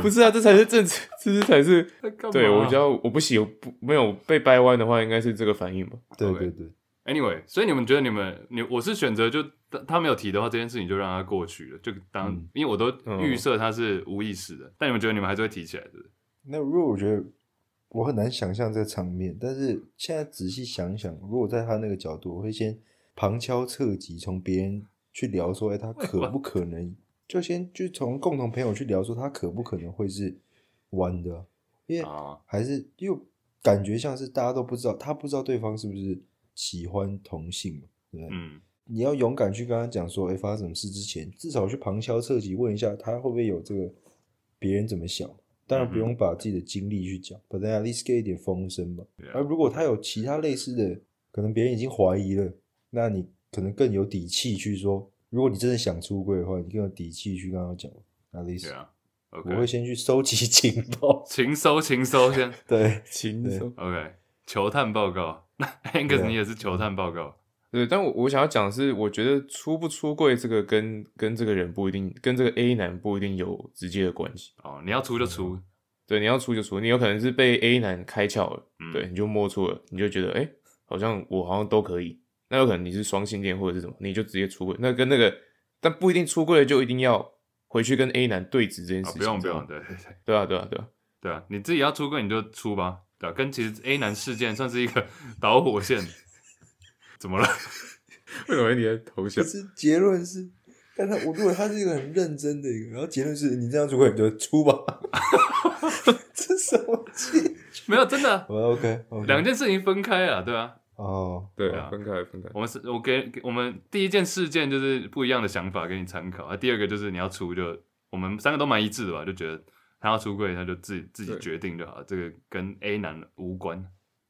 [SPEAKER 4] 不是啊，这才是正，这是才是
[SPEAKER 2] 干嘛
[SPEAKER 4] 对我只要我不喜不没有被掰弯的话，应该是这个反应吧？
[SPEAKER 3] 对
[SPEAKER 2] OK
[SPEAKER 3] 对对，
[SPEAKER 2] Anyway，所以你们觉得你们你我是选择就他他没有提的话，这件事情就让他过去了，就当、
[SPEAKER 3] 嗯
[SPEAKER 2] 因为我都
[SPEAKER 4] 嗯
[SPEAKER 2] 预设他是无意识的，但你们觉得你们还是会提起来，对不对？
[SPEAKER 3] 那如果我觉得我很难想象这个场面，但是现在仔细想一想，如果在他那个角度，我会先旁敲侧击，从别人去聊说，哎、他可不可能？就先就从共同朋友去聊说，他可不可能会是弯的啊？因为
[SPEAKER 2] 啊，
[SPEAKER 3] 还是又感觉像是大家都不知道，他不知道对方是不是喜欢同性嘛，对不对？
[SPEAKER 2] 嗯，
[SPEAKER 3] 你要勇敢去跟他讲说，哎、发生什么事之前，至少去旁敲侧击问一下他会不会有这个别人怎么想。当然不用把自己的经历去讲，把大家 at least 给一点风声吧。
[SPEAKER 2] 对啊
[SPEAKER 3] 而如果他有其他类似的，可能别人已经怀疑了，那你可能更有底气去说，如果你真的想出柜的话，你更有底气去跟他讲。at least，、
[SPEAKER 2] 对啊
[SPEAKER 3] 我会
[SPEAKER 2] ，OK，
[SPEAKER 3] 先去收集 情报。
[SPEAKER 2] 勤搜勤搜先
[SPEAKER 3] 对，
[SPEAKER 4] 轻
[SPEAKER 3] 对
[SPEAKER 4] 松。
[SPEAKER 2] ，OK，球探报告，Angus
[SPEAKER 3] 对啊
[SPEAKER 2] 你也是球探报告，
[SPEAKER 4] 对，但我我想要讲的是，我觉得出不出柜这个跟跟这个人不一定，跟这个 A 男不一定有直接的关系。
[SPEAKER 2] 哦，你要出就出，
[SPEAKER 4] 对，你要出就出，你有可能是被 A 男开窍了，
[SPEAKER 2] 嗯
[SPEAKER 4] 对，你就摸出了，你就觉得哎、诶好像我好像都可以。那有可能你是双性恋或者是什么，你就直接出柜。那跟那个，但不一定出柜了就一定要回去跟 A 男对峙这件
[SPEAKER 2] 哦
[SPEAKER 4] 事情。
[SPEAKER 2] 不用不
[SPEAKER 4] 这样
[SPEAKER 2] 用，对对对
[SPEAKER 4] 对啊对啊对啊，
[SPEAKER 2] 对啊，你自己要出柜你就出吧，对啊，跟其实 A 男事件算是一个导火线，怎么了？
[SPEAKER 4] 为什么你的头像
[SPEAKER 3] 可是结论是，但他我如果他是一个很认真的一个，然后结论是你这样出柜你就出吧， 这什么气？
[SPEAKER 2] 没有，真的，啊
[SPEAKER 3] 我 OK OK，
[SPEAKER 2] 两件事情分开啊，对啊，
[SPEAKER 3] 哦，
[SPEAKER 4] 对
[SPEAKER 2] 对
[SPEAKER 4] 啊
[SPEAKER 2] 啊，
[SPEAKER 4] 分开分开。
[SPEAKER 2] 我们是，我给给我们第一件事件就是不一样的想法给你参考，啊，第二个就是你要出就我们三个都蛮一致的吧，就觉得他要出柜，他就自己自己
[SPEAKER 4] 对
[SPEAKER 2] 决定就好，这个跟 A 男无关。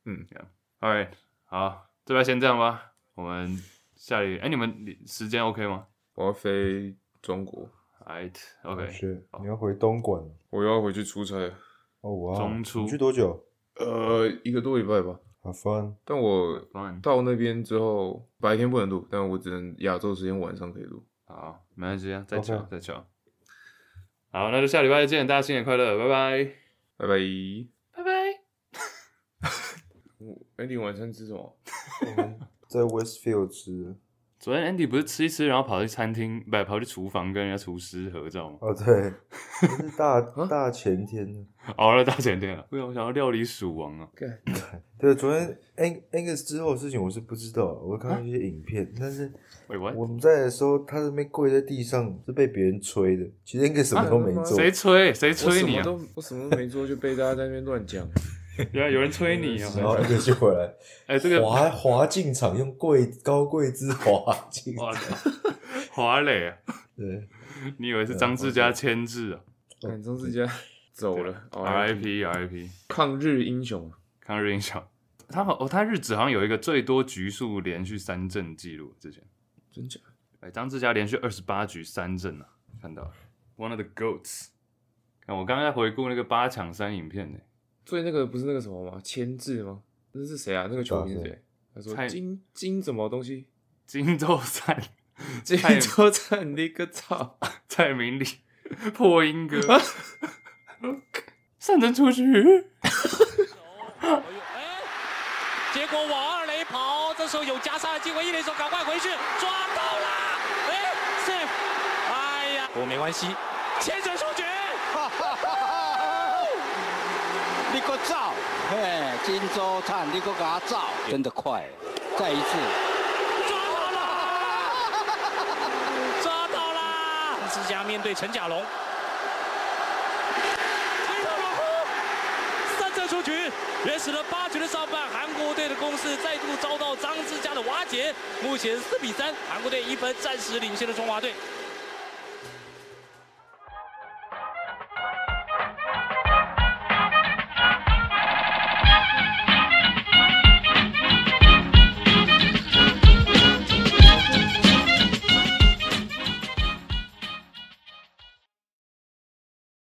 [SPEAKER 4] 嗯
[SPEAKER 2] 这样，All right，好，这边先这样吧，我们下礼，哎、你们你时间 OK 吗
[SPEAKER 4] 我要飞中国，
[SPEAKER 2] ？Right，OK，、
[SPEAKER 3] 是你要回东莞
[SPEAKER 4] 我要回去出差了，
[SPEAKER 3] 哦，哇，
[SPEAKER 2] 中出
[SPEAKER 3] 你去多久
[SPEAKER 4] 呃，一个多礼拜吧。
[SPEAKER 3] ？Have fun，
[SPEAKER 4] 但我
[SPEAKER 2] fine
[SPEAKER 4] 到那边之后，白天不能录，但我只能亚洲时间晚上可以录。
[SPEAKER 2] 好，没关系啊，再
[SPEAKER 3] OK
[SPEAKER 2] 瞧再瞧。好，那就下礼拜见，大家新年快乐，拜拜，
[SPEAKER 4] 拜拜。
[SPEAKER 2] 拜拜。
[SPEAKER 4] 我哎，你晚餐吃什 么？
[SPEAKER 3] 在 Westfield 吃，
[SPEAKER 2] 昨天 Andy 不是吃一吃，然后跑去餐厅，不跑去厨房跟人家厨师合照吗？
[SPEAKER 3] 哦对，这是 大
[SPEAKER 2] 啊
[SPEAKER 3] 大前天，
[SPEAKER 2] 熬了大前天啊！为什么想要料理鼠王啊？
[SPEAKER 3] 对，昨天 Ang Angus 之后的事情我是不知道，我
[SPEAKER 2] 啊
[SPEAKER 3] 看到一些影片，但是。
[SPEAKER 2] 喂喂，
[SPEAKER 3] 我们在的时候，他在那边跪在地上，是被别人吹的。其实应该什么都没做，
[SPEAKER 2] 啊谁吹？谁
[SPEAKER 4] 我
[SPEAKER 2] 吹
[SPEAKER 4] 什
[SPEAKER 2] 你
[SPEAKER 4] 么
[SPEAKER 2] 啊？哦
[SPEAKER 4] 都我什么都没做，就被大家在那边乱 讲。
[SPEAKER 2] 有有人吹你 啊！
[SPEAKER 3] 然后一个就回来，
[SPEAKER 2] 哎，这个
[SPEAKER 3] 滑滑进场，用跪高跪姿滑进。
[SPEAKER 2] 哇，华磊啊！
[SPEAKER 3] 对，
[SPEAKER 2] 你以为
[SPEAKER 4] 啊
[SPEAKER 2] 是张志佳签字啊
[SPEAKER 4] 看张 志佳走了，RIP，
[SPEAKER 2] ？RIP RIP，
[SPEAKER 4] 抗日英雄。啊
[SPEAKER 2] 康瑞英雄，他好哦，他日子好像有一个最多局数连续三振记录，之前
[SPEAKER 4] 真假？
[SPEAKER 2] 哎，张志佳连续二十八局三振啊，看到了，One of the goats。看我刚刚在回顾那个八强三影片呢，
[SPEAKER 4] 最那个不是那个什么吗？签字吗？那是谁啊？那个球迷是谁？他
[SPEAKER 2] 蔡
[SPEAKER 4] 说金金什么东西？
[SPEAKER 2] 金州赛
[SPEAKER 4] 金
[SPEAKER 2] 蔡
[SPEAKER 4] 州站你 个操！
[SPEAKER 2] 蔡明礼破音哥， 上阵出局。
[SPEAKER 5] 哎，结果往二垒跑，这时候有加沙的机会，一垒手赶快回去抓到了，哎，safe，哎呀，不过没关系，牵手出局。
[SPEAKER 6] 你给我走！嘿，金州灿，你给我给他走，真的快，再一次。
[SPEAKER 5] 抓到啦！抓到啦！张志佳面对陈甲龙，推到老后，三振出局，原始了八局的上半，韩国队的攻势再度遭到张志佳的瓦解，目前四比三，韩国队一分暂时领先了中华队。